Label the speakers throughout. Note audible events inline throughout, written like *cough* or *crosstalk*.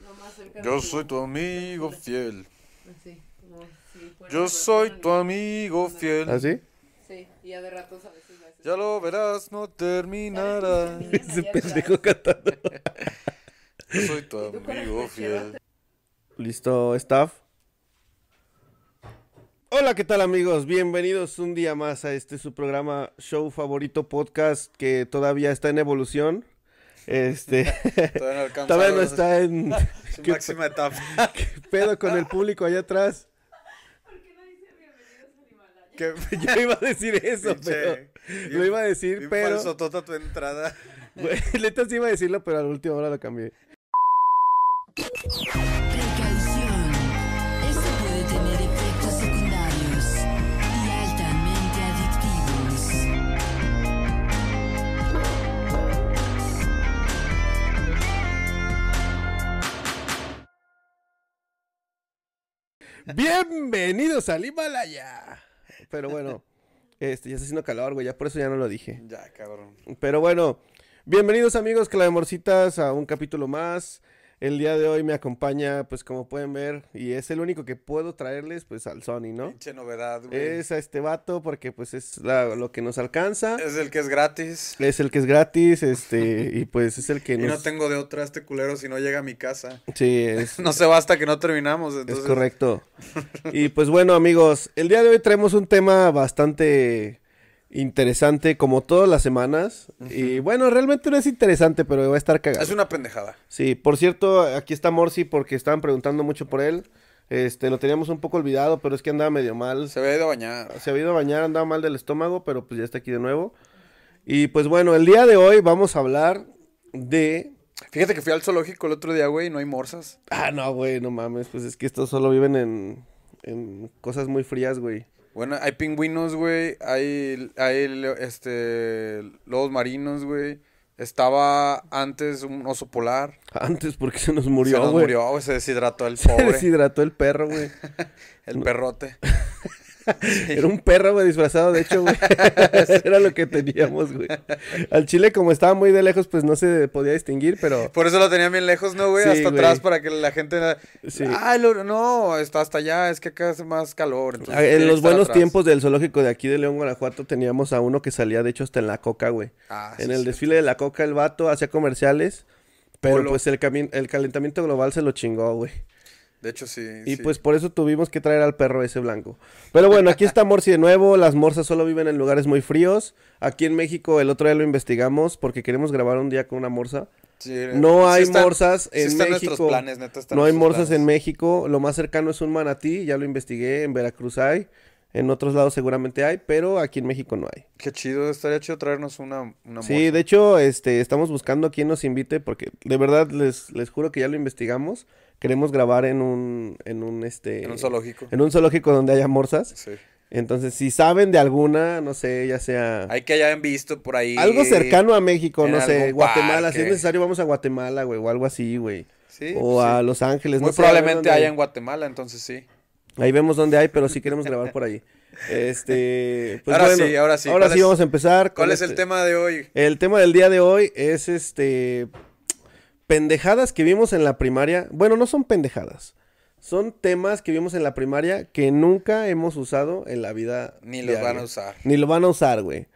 Speaker 1: lo más cercano. Ah,
Speaker 2: Yo
Speaker 1: que-
Speaker 2: soy tu amigo fiel.
Speaker 1: Así, como si fuera
Speaker 2: Yo
Speaker 1: una
Speaker 2: soy
Speaker 1: persona,
Speaker 2: tu amigo
Speaker 3: ¿Ah,
Speaker 2: fiel.
Speaker 3: sí?
Speaker 1: Sí, y ya de ratos a veces. me hace-
Speaker 2: Ya lo verás, no terminará.
Speaker 3: Ese pendejo cantando.
Speaker 2: Yo soy tu amigo fiel.
Speaker 3: Listo, staff. Hola, ¿qué tal amigos? Bienvenidos un día más a este su programa show favorito podcast que todavía está en evolución. Este,
Speaker 2: Todavía no alcanza
Speaker 3: todavía no está en
Speaker 2: *laughs* Su máxima
Speaker 3: *laughs*
Speaker 2: etapa.
Speaker 3: ¿Qué pedo con el público allá atrás.
Speaker 2: Que
Speaker 3: Yo iba a decir eso,
Speaker 2: pinche.
Speaker 3: pero lo iba a decir,
Speaker 2: bien
Speaker 3: pero
Speaker 2: falsotota tu entrada.
Speaker 3: *laughs* neta sí iba a decirlo, pero a la última hora lo cambié.
Speaker 4: Precaución. Esto puede tener efectos secundarios y altamente adictivos.
Speaker 3: Bienvenidos al Himalaya. Pero bueno, este ya está haciendo calor, güey, ya por eso ya no lo dije.
Speaker 2: Ya, cabrón.
Speaker 3: Pero bueno, bienvenidos amigos clavemorcitas a un capítulo más. El día de hoy me acompaña, pues como pueden ver, y es el único que puedo traerles, pues al Sony, ¿no?
Speaker 2: Pinche novedad, güey. Es...
Speaker 3: Es a este vato porque pues es la- lo que nos alcanza.
Speaker 2: el que es gratis.
Speaker 3: Es el que es gratis, este, y pues es el
Speaker 2: *laughs*
Speaker 3: que
Speaker 2: Y
Speaker 3: nos...
Speaker 2: no tengo de otra este culero si no llega a mi casa. *laughs*
Speaker 3: Sí, es,
Speaker 2: No se va hasta que no terminamos.
Speaker 3: es
Speaker 2: Entonces,
Speaker 3: correcto. Y pues bueno, amigos, el día de hoy traemos un tema bastante interesante, como todas las semanas. Y bueno, realmente no es interesante, pero va a estar cagado.
Speaker 2: Es una pendejada.
Speaker 3: Sí, por cierto, aquí está Morsi porque estaban preguntando mucho por él. Este, lo teníamos un poco olvidado, pero es que andaba medio mal.
Speaker 2: Se había ido a bañar.
Speaker 3: se había ido a bañar, andaba mal del estómago, pero pues ya está aquí de nuevo. Y pues bueno, el día de hoy vamos a hablar de...
Speaker 2: Fíjate que fui al zoológico el otro día, güey, y no hay morsas.
Speaker 3: Ah, no, güey, no mames, pues es que estos solo viven en, en cosas muy frías, güey. *laughs*
Speaker 2: Bueno, hay pingüinos, güey, hay, hay le- este, lobos marinos, güey. Estaba antes un oso polar.
Speaker 3: Antes porque se nos
Speaker 2: se
Speaker 3: murió,
Speaker 2: nos
Speaker 3: güey.
Speaker 2: murió, güey, se deshidrató el
Speaker 3: *laughs* Se
Speaker 2: pobre,
Speaker 3: deshidrató el perro, güey.
Speaker 2: el perrote.
Speaker 3: Era un perro, güey, disfrazado, de hecho, güey. *laughs* Era lo que teníamos, güey. Al chile, como estaba muy de lejos, pues no se podía distinguir, pero...
Speaker 2: Por eso lo tenía bien lejos, ¿no, güey?
Speaker 3: Sí,
Speaker 2: hasta
Speaker 3: güey.
Speaker 2: atrás para que la gente...
Speaker 3: Sí.
Speaker 2: Ah, lo- no, está hasta allá, es que acá hace más calor. entonces
Speaker 3: Ah,
Speaker 2: tiene que
Speaker 3: En los
Speaker 2: estar
Speaker 3: buenos
Speaker 2: atrás.
Speaker 3: tiempos del zoológico de aquí de León, Guanajuato, teníamos a uno que salía, de hecho, hasta en la coca, güey.
Speaker 2: Ah,
Speaker 3: en
Speaker 2: sí,
Speaker 3: el
Speaker 2: sí.
Speaker 3: desfile de la coca, el vato hacía comerciales, pero
Speaker 2: Polo.
Speaker 3: pues el, cami- el calentamiento global se lo chingó, güey.
Speaker 2: De hecho, sí.
Speaker 3: Y
Speaker 2: sí.
Speaker 3: pues por eso tuvimos que traer al perro ese blanco. Pero bueno, aquí está Morsi de nuevo. Las morsas solo viven en lugares muy fríos. Aquí en México el otro día lo investigamos porque queremos grabar un día con una morsa.
Speaker 2: Sí,
Speaker 3: No
Speaker 2: sí
Speaker 3: hay
Speaker 2: están-
Speaker 3: morsas
Speaker 2: sí
Speaker 3: en
Speaker 2: están
Speaker 3: México.
Speaker 2: nuestros planes, neta, están
Speaker 3: no hay
Speaker 2: nuestros
Speaker 3: morsas en
Speaker 2: planes.
Speaker 3: México. Lo más cercano es un manatí. Ya lo investigué. En Veracruz hay. En otros lados seguramente hay, pero aquí en México no hay.
Speaker 2: Qué chido, estaría chido traernos una, una
Speaker 3: Sí,
Speaker 2: morsa.
Speaker 3: de hecho, este, estamos buscando a quien nos invite porque de verdad les, les juro que ya lo investigamos. Queremos grabar en un, en un, este,
Speaker 2: En un zoológico.
Speaker 3: en un zoológico donde haya morsas.
Speaker 2: Sí.
Speaker 3: Entonces, si saben de alguna, no sé, ya sea
Speaker 2: Hay que hayan visto por ahí.
Speaker 3: algo cercano a México,
Speaker 2: en
Speaker 3: no sé,
Speaker 2: algún
Speaker 3: Guatemala, si es
Speaker 2: parque.
Speaker 3: necesario vamos a Guatemala, güey, o algo así, güey.
Speaker 2: Sí,
Speaker 3: o
Speaker 2: pues,
Speaker 3: a
Speaker 2: sí.
Speaker 3: Los Ángeles,
Speaker 2: Muy
Speaker 3: no sé, a ver
Speaker 2: probablemente
Speaker 3: dónde
Speaker 2: haya en Guatemala, entonces sí.
Speaker 3: Ahí vemos dónde hay, pero sí queremos grabar por ahí. Este, pues
Speaker 2: Ahora
Speaker 3: bueno,
Speaker 2: sí, ahora sí,
Speaker 3: Ahora
Speaker 2: ¿cuál
Speaker 3: sí
Speaker 2: es-
Speaker 3: vamos a empezar. con
Speaker 2: ¿Cuál es el
Speaker 3: este-
Speaker 2: tema de hoy?
Speaker 3: El tema del día de hoy es este pendejadas que vimos en la primaria. Bueno, no son pendejadas. Son temas que vimos en la primaria que nunca hemos usado en la vida.
Speaker 2: Ni los
Speaker 3: diaria.
Speaker 2: van a usar.
Speaker 3: Ni lo van a usar, güey.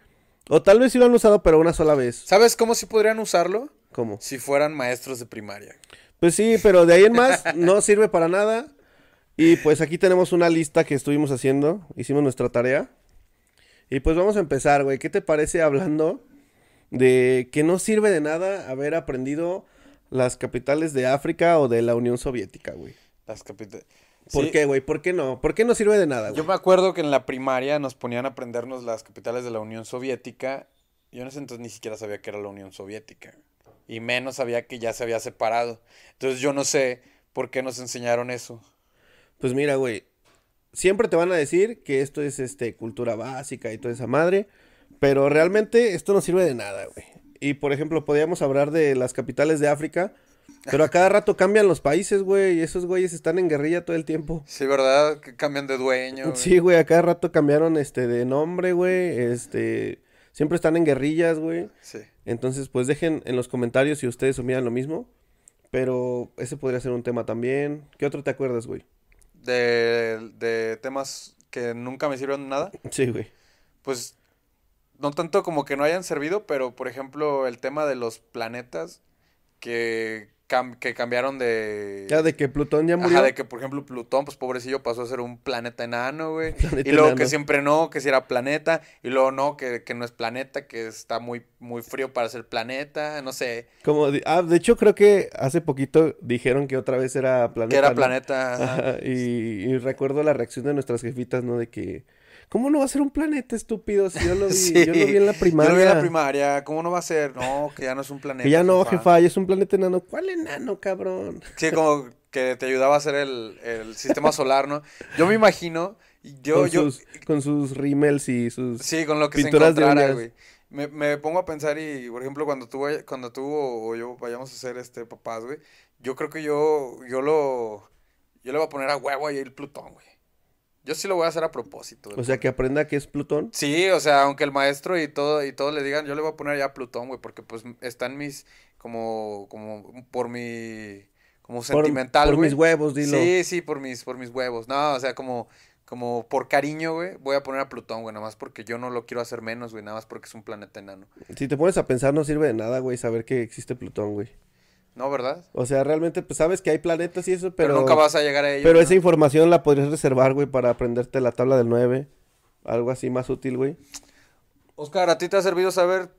Speaker 3: O tal vez sí lo han usado, pero una sola vez.
Speaker 2: ¿Sabes cómo sí podrían usarlo?
Speaker 3: ¿Cómo?
Speaker 2: Si fueran maestros de primaria.
Speaker 3: Pues sí, pero de ahí en más no sirve para nada. Y pues aquí tenemos una lista que estuvimos haciendo. Hicimos nuestra tarea. Y pues vamos a empezar, güey. ¿Qué te parece hablando de que no sirve de nada haber aprendido las capitales de África o de la Unión Soviética, güey?
Speaker 2: Las capitales.
Speaker 3: ¿Por qué, güey? ¿Por qué no? ¿Por qué no sirve de nada,
Speaker 2: Yo
Speaker 3: güey?
Speaker 2: me acuerdo que en la primaria nos ponían a aprendernos las capitales de la Unión Soviética. Yo en ese entonces ni siquiera sabía que era la Unión Soviética. Y menos sabía que ya se había separado. Entonces yo no sé por qué nos enseñaron eso.
Speaker 3: Pues mira, güey. Siempre te van a decir que esto es este cultura básica y toda esa madre, pero realmente esto no sirve de nada, güey. Y por ejemplo, podríamos hablar de las capitales de África, pero a cada rato cambian los países, güey, y esos güeyes están en guerrilla todo el tiempo.
Speaker 2: Sí, ¿verdad? Que cambian de dueño. güey.
Speaker 3: Sí, güey, a cada rato cambiaron este de nombre, güey, este siempre están en guerrillas, güey.
Speaker 2: Sí.
Speaker 3: Entonces, pues dejen en los comentarios si ustedes opinan lo mismo. Pero ese podría ser un tema también. ¿Qué otro te acuerdas, güey?
Speaker 2: De, de temas que nunca me sirvieron de nada.
Speaker 3: Sí, güey.
Speaker 2: Pues no tanto como que no hayan servido, pero por ejemplo el tema de los planetas que, cam- que cambiaron de...
Speaker 3: Ya de que Plutón ya
Speaker 2: Ajá,
Speaker 3: murió.
Speaker 2: de que por ejemplo Plutón, pues pobrecillo, pasó a ser un planeta enano, güey.
Speaker 3: *laughs* Planeta
Speaker 2: y luego que
Speaker 3: enano.
Speaker 2: siempre no, que si era planeta, y luego no, que, que no es planeta, que está muy, muy frío para ser planeta, no sé,
Speaker 3: Como di- ah, de hecho creo que hace poquito dijeron que otra vez era planeta.
Speaker 2: que era
Speaker 3: ¿no?
Speaker 2: planeta. *laughs* ajá.
Speaker 3: *laughs* Ajá, y, y recuerdo la reacción de nuestras jefitas, ¿no? De que, ¿cómo no va a ser un planeta estúpido? Si yo lo vi, yo lo vi en
Speaker 2: *laughs*
Speaker 3: la
Speaker 2: Sí, yo lo vi en la
Speaker 3: primaria.
Speaker 2: primaria, ¿cómo no va a ser? No, que ya no es un planeta.
Speaker 3: Que ya no,
Speaker 2: jefa.
Speaker 3: jefa, ya es un planeta enano. ¿Cuál enano, cabrón?
Speaker 2: Sí, como que te ayudaba a hacer el, el sistema solar, ¿no? Yo me imagino, yo,
Speaker 3: con,
Speaker 2: yo,
Speaker 3: sus, con sus rímels y sus...
Speaker 2: sí, con lo que se
Speaker 3: pinturas de
Speaker 2: encontrara,
Speaker 3: uñas.
Speaker 2: güey. Me, me pongo a pensar y, por ejemplo, cuando tú, vay- cuando tú o, o yo vayamos a ser este papás, güey, yo creo que yo, yo lo, yo le voy a poner a huevo ahí el Plutón, güey. Yo sí lo voy a hacer a propósito. güey,
Speaker 3: O sea, que aprenda que es Plutón.
Speaker 2: Sí, o sea, aunque el maestro y todo y todos le digan, yo le voy a poner ya Plutón, güey, porque pues están mis como como por mi como
Speaker 3: Por-
Speaker 2: sentimental,
Speaker 3: por
Speaker 2: güey.
Speaker 3: mis huevos, dilo.
Speaker 2: Sí, sí, por mis por mis huevos. No, o sea, como como por cariño, güey, voy a poner a Plutón, güey, nada más porque yo no lo quiero hacer menos, güey, nada más porque es un planeta enano.
Speaker 3: Si te pones a pensar, no sirve de nada, güey, saber que existe Plutón, güey.
Speaker 2: ¿No, verdad?
Speaker 3: O sea, realmente, pues sabes que hay planetas y eso,
Speaker 2: Pero
Speaker 3: pero.
Speaker 2: nunca vas a llegar a ello,
Speaker 3: Pero
Speaker 2: ¿no?
Speaker 3: esa información la podrías reservar, güey, para aprenderte la tabla del 9. Algo así más útil, güey.
Speaker 2: Oscar, ¿a ti te ha servido saber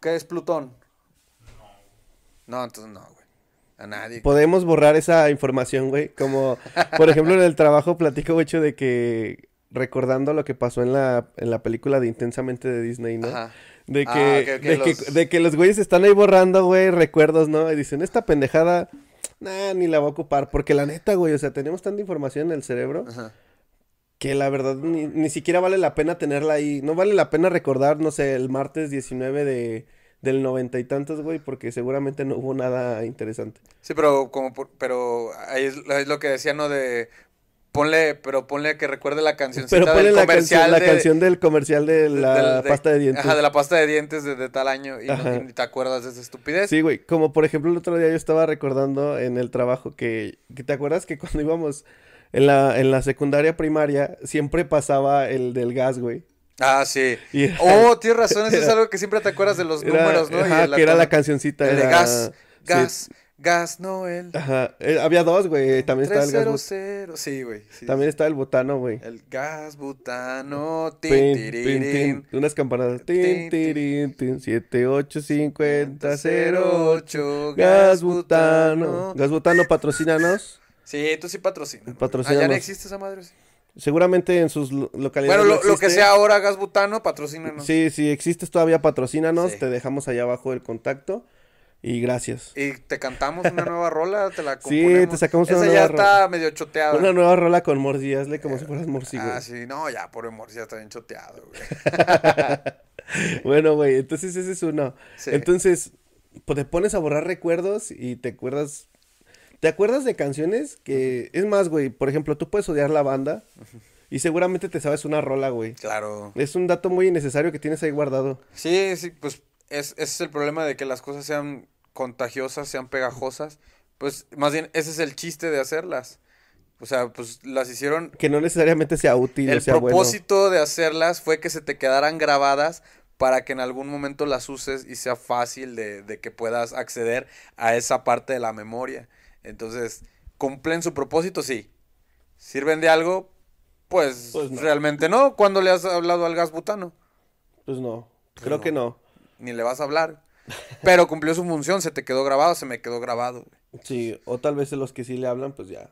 Speaker 2: qué es Plutón? No, entonces no, güey. A nadie.
Speaker 3: Podemos borrar esa información, güey. Como, por ejemplo, en el trabajo platico mucho de que. Recordando lo que pasó en la, en la película de Intensamente de Disney, ¿no?
Speaker 2: Ajá.
Speaker 3: De que,
Speaker 2: Ah, ok, ok,
Speaker 3: de, que,
Speaker 2: los-
Speaker 3: de que los güeyes están ahí borrando, güey, recuerdos, ¿no? Y dicen, esta pendejada, nah, ni la voy a ocupar. Porque la neta, güey, o sea, tenemos tanta información en el cerebro
Speaker 2: Ajá.
Speaker 3: que la verdad ni, ni siquiera vale la pena tenerla ahí. No vale la pena recordar, no sé, el martes 19 de, del noventa y tantos, güey, porque seguramente no hubo nada interesante.
Speaker 2: Sí, pero como por- pero ahí es, ahí es lo que decía, ¿no? De ponle, pero ponle que recuerde la cancioncita
Speaker 3: Pero ponle
Speaker 2: del
Speaker 3: la,
Speaker 2: comercial
Speaker 3: canción, la
Speaker 2: de,
Speaker 3: canción del comercial de
Speaker 2: de-
Speaker 3: la
Speaker 2: del-
Speaker 3: pasta de dientes.
Speaker 2: Ajá, de la pasta de dientes de, de tal año y no-
Speaker 3: Ajá.
Speaker 2: y ni te acuerdas de esa estupidez.
Speaker 3: Sí, güey. Como por ejemplo el otro día yo estaba recordando en el trabajo que, que ¿te acuerdas que cuando íbamos en la, en la secundaria primaria siempre pasaba el del gas, güey?
Speaker 2: Ah, sí.
Speaker 3: Y era- *laughs*
Speaker 2: Oh, tienes razón, eso es algo que siempre te acuerdas de los
Speaker 3: Era-
Speaker 2: números, ¿no? Y
Speaker 3: ajá,
Speaker 2: de
Speaker 3: que era la
Speaker 2: tono-
Speaker 3: cancioncita.
Speaker 2: el de
Speaker 3: era-
Speaker 2: gas,
Speaker 3: sí,
Speaker 2: gas, gas Noel.
Speaker 3: ajá. Eh, había dos, güey. También estaba el gas. bot-
Speaker 2: 300. Sí, güey. sí.
Speaker 3: También estaba el botano, güey.
Speaker 2: El gas butano, tin,
Speaker 3: Tin, tin,
Speaker 2: tirirín.
Speaker 3: tin, unas campanadas. Tin,
Speaker 2: Tin, tin.
Speaker 3: tirin, tin, siete, ocho, cincuenta, cero, ocho.
Speaker 2: 08
Speaker 3: Gas butano. Gas butano, patrocínanos.
Speaker 2: Sí, tú sí patrocinas.
Speaker 3: Patrocínanos.
Speaker 2: Allá no existe esa madre. sí.
Speaker 3: Seguramente en sus lo- localidades.
Speaker 2: Bueno,
Speaker 3: no
Speaker 2: lo, lo que
Speaker 3: existe.
Speaker 2: sea ahora gas butano, patrocínanos.
Speaker 3: Sí, si existes todavía, patrocínanos.
Speaker 2: Sí.
Speaker 3: Te dejamos allá abajo el contacto. Y gracias.
Speaker 2: Y te cantamos una
Speaker 3: *laughs*
Speaker 2: nueva rola, te la
Speaker 3: Sí,
Speaker 2: componemos.
Speaker 3: te sacamos una
Speaker 2: Esa
Speaker 3: nueva
Speaker 2: ya
Speaker 3: rola.
Speaker 2: está medio choteada.
Speaker 3: Una nueva rola con Morsi, hazle como si fueras Morsi, güey.
Speaker 2: Ah, sí, no, ya, por amor, ya está bien choteado,
Speaker 3: *laughs*
Speaker 2: güey.
Speaker 3: Bueno, güey, entonces ese es uno.
Speaker 2: Sí.
Speaker 3: Entonces, pues te pones a borrar recuerdos y te acuerdas. ¿Te acuerdas de canciones que. Es más, güey, por ejemplo, tú puedes odiar la banda y seguramente te sabes una rola, güey.
Speaker 2: Claro.
Speaker 3: Es un dato muy innecesario que tienes ahí guardado.
Speaker 2: Sí, sí, pues es, ese es el problema de que las cosas sean contagiosas, sean pegajosas. Pues más bien, ese es el chiste de hacerlas. O sea, pues las hicieron
Speaker 3: Que no necesariamente sea útil o
Speaker 2: El
Speaker 3: sea bueno.
Speaker 2: propósito de hacerlas fue que se te quedaran grabadas para que en algún momento las uses y sea fácil de, de que puedas acceder a esa parte de la memoria. Entonces, ¿cumplen su propósito? Sí. ¿Sirven de algo? Pues,
Speaker 3: Pues no.
Speaker 2: realmente no. ¿Cuándo le has hablado al gas butano?
Speaker 3: Pues no, creo que no.
Speaker 2: Ni le vas a
Speaker 3: *laughs*
Speaker 2: hablar. Pero cumplió su función, se te quedó grabado, se me quedó grabado.
Speaker 3: Sí, o tal vez los que sí le hablan, pues ya.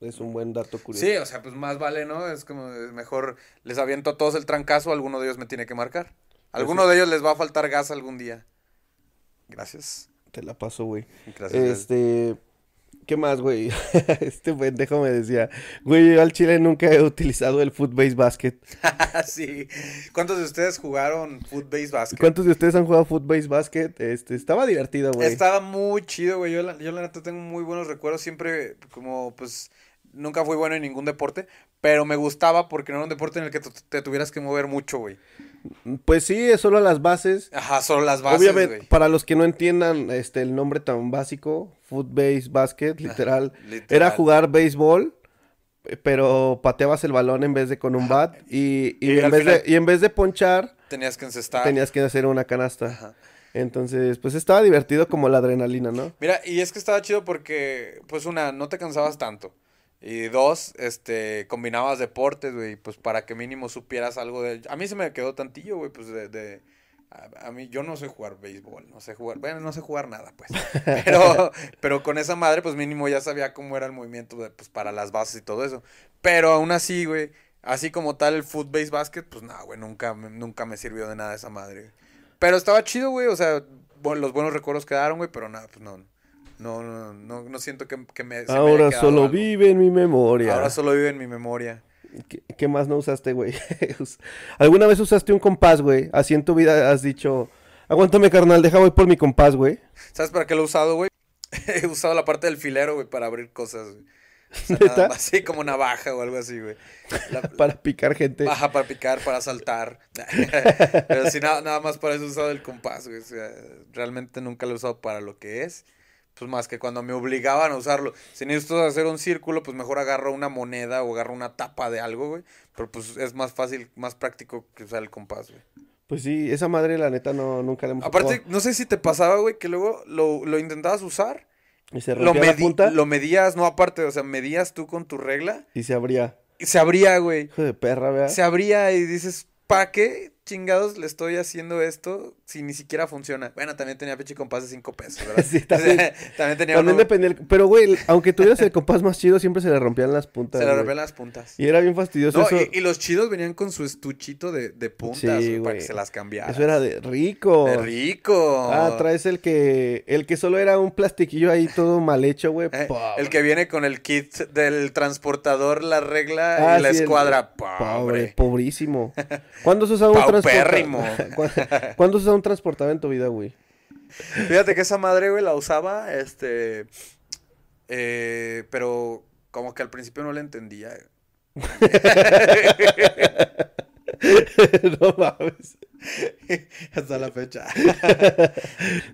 Speaker 3: Es un buen dato curioso.
Speaker 2: Sí, o sea, pues más vale, ¿no? Es como eh, mejor les aviento a todos el trancazo, alguno de ellos me tiene que marcar. Alguno de ellos les va a faltar gas algún día. Gracias.
Speaker 3: Te la paso, güey.
Speaker 2: Gracias, gracias.
Speaker 3: Este, ¿qué más, güey? *laughs* Este pendejo me decía, güey, yo al chile nunca he utilizado el foot base basket.
Speaker 2: *laughs* Ah, sí. ¿Cuántos de ustedes jugaron Footbase Basket?
Speaker 3: ¿Cuántos de ustedes han jugado foot base basket? Este, estaba divertido, güey.
Speaker 2: Estaba muy chido, güey. Yo la, yo la neta tengo muy buenos recuerdos. Siempre, como, pues, nunca fui bueno en ningún deporte, pero me gustaba porque no era un deporte en el que tu- te tuvieras que mover mucho, güey.
Speaker 3: Pues sí, es solo las bases.
Speaker 2: Ajá, solo las bases,
Speaker 3: Obviamente,
Speaker 2: güey.
Speaker 3: para los que no entiendan este el nombre tan básico, footbase basket, literal.
Speaker 2: literal.
Speaker 3: Era jugar béisbol, eh, pero pateabas el balón en vez de con un bat. Y, y
Speaker 2: Y
Speaker 3: en,
Speaker 2: al
Speaker 3: vez de,
Speaker 2: final-
Speaker 3: y en vez de ponchar,
Speaker 2: Tenías que encestar.
Speaker 3: tenías que hacer una canasta.
Speaker 2: Ajá.
Speaker 3: Entonces, pues estaba divertido como la adrenalina, ¿no?
Speaker 2: Mira, y es que estaba chido porque, pues, una, no te cansabas tanto. Y dos, este, combinabas deportes, güey, pues para que mínimo supieras algo de... A mí se me quedó tantillo, güey, pues de... de- a, a mí, yo no sé jugar béisbol, no sé jugar... Bueno, no sé jugar nada,
Speaker 3: *laughs*
Speaker 2: pues. Pero, pero con esa madre, pues mínimo ya sabía cómo era el movimiento, de, pues para las bases y todo eso. Pero aún así, güey, así como tal el foot-based basket, pues nada, güey, nunca, me- nunca me sirvió de nada esa madre. güey. Pero estaba chido, güey, o sea, bu- los buenos recuerdos quedaron, güey, pero nada, pues no... No, no, no, no siento que, que me... se me haya
Speaker 3: Ahora
Speaker 2: quedado
Speaker 3: solo
Speaker 2: algo.
Speaker 3: vive en mi memoria.
Speaker 2: Ahora solo vive en mi memoria.
Speaker 3: ¿Qué, qué más no usaste, güey? *laughs* Us- ¿Alguna vez usaste un compás, güey? Así en tu vida has dicho, aguántame, carnal, deja voy por mi compás, güey. *laughs*
Speaker 2: ¿Sabes para qué lo he usado, güey? *laughs* He usado la parte del filero, güey, para abrir cosas, güey. O sea,
Speaker 3: ¿Neta?
Speaker 2: nada más, Así como navaja o algo así, güey. La-
Speaker 3: Para picar gente.
Speaker 2: Ajá, para picar, para saltar. *laughs* Pero sí, nada, nada más para eso he usado el compás, güey. O sea, realmente nunca lo he usado para lo que es. Pues más que cuando me obligaban a usarlo. Si necesito hacer un círculo, pues mejor agarro una moneda o agarro una tapa de algo, güey. Pero pues es más fácil, más práctico que usar el compás, güey.
Speaker 3: Pues sí, esa madre, la neta, no, nunca la hemos
Speaker 2: Aparte,
Speaker 3: ocupado.
Speaker 2: no sé si te pasaba, güey, que luego lo, lo intentabas usar.
Speaker 3: Y se
Speaker 2: Lo,
Speaker 3: rompía la
Speaker 2: medi-
Speaker 3: punta
Speaker 2: lo medías, no, aparte, o sea, medías tú con tu regla.
Speaker 3: y se abría.
Speaker 2: Y se abría, güey.
Speaker 3: Hijo de perra, ¿verdad?
Speaker 2: Se abría y dices, ¿pa qué chingados le estoy haciendo esto si ni siquiera funciona? Bueno, también tenía pinche compás de 5 pesos, ¿verdad?
Speaker 3: *laughs*
Speaker 2: *laughs*
Speaker 3: Sí, también.
Speaker 2: También tenía
Speaker 3: También
Speaker 2: uno-
Speaker 3: dependía el- Pero, güey, el- aunque tuvieras el compás más chido, siempre se le
Speaker 2: *laughs*
Speaker 3: rompían las puntas,
Speaker 2: Se le
Speaker 3: güey.
Speaker 2: rompían las puntas.
Speaker 3: Y era bien fastidioso
Speaker 2: No,
Speaker 3: eso.
Speaker 2: y, y los chidos venían con su estuchito de, de puntas
Speaker 3: Sí,
Speaker 2: güey, para
Speaker 3: güey.
Speaker 2: que se las cambiara.
Speaker 3: Eso era de rico.
Speaker 2: De rico.
Speaker 3: Ah, traes el que... El que solo era un plastiquillo ahí todo mal hecho, güey.
Speaker 2: Eh,
Speaker 3: Pobre.
Speaker 2: el que viene con el kit del transportador, la regla
Speaker 3: Ah,
Speaker 2: y la
Speaker 3: sí, el-
Speaker 2: escuadra.
Speaker 3: Pobre,
Speaker 2: Pobre.
Speaker 3: pobrísimo. ¿Cuándo se usa un
Speaker 2: Paupérrimo.
Speaker 3: transportador? *laughs* ¿Cuándo se usa un transportador en tu vida, güey? *laughs*
Speaker 2: Fíjate que esa madre, güey, la usaba, este. eh, pero como que al principio no la
Speaker 3: *laughs*
Speaker 2: entendía.
Speaker 3: no mames.
Speaker 2: Hasta la *laughs* fecha.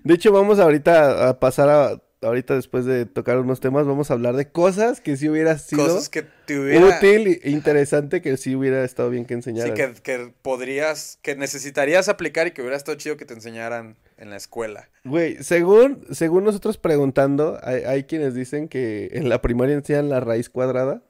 Speaker 3: De hecho, vamos ahorita a- a pasar a... Ahorita después de tocar unos temas, vamos a hablar de cosas que sí hubieras sido
Speaker 2: Cosas que te hubiera.
Speaker 3: útil e interesante que sí hubiera estado bien que
Speaker 2: Sí,
Speaker 3: enseñaran.
Speaker 2: que, que podrías, que necesitarías aplicar y que hubiera estado chido que te enseñaran en la escuela.
Speaker 3: Güey, según, según nosotros preguntando, hay, hay quienes dicen que en la primaria enseñan la raíz cuadrada,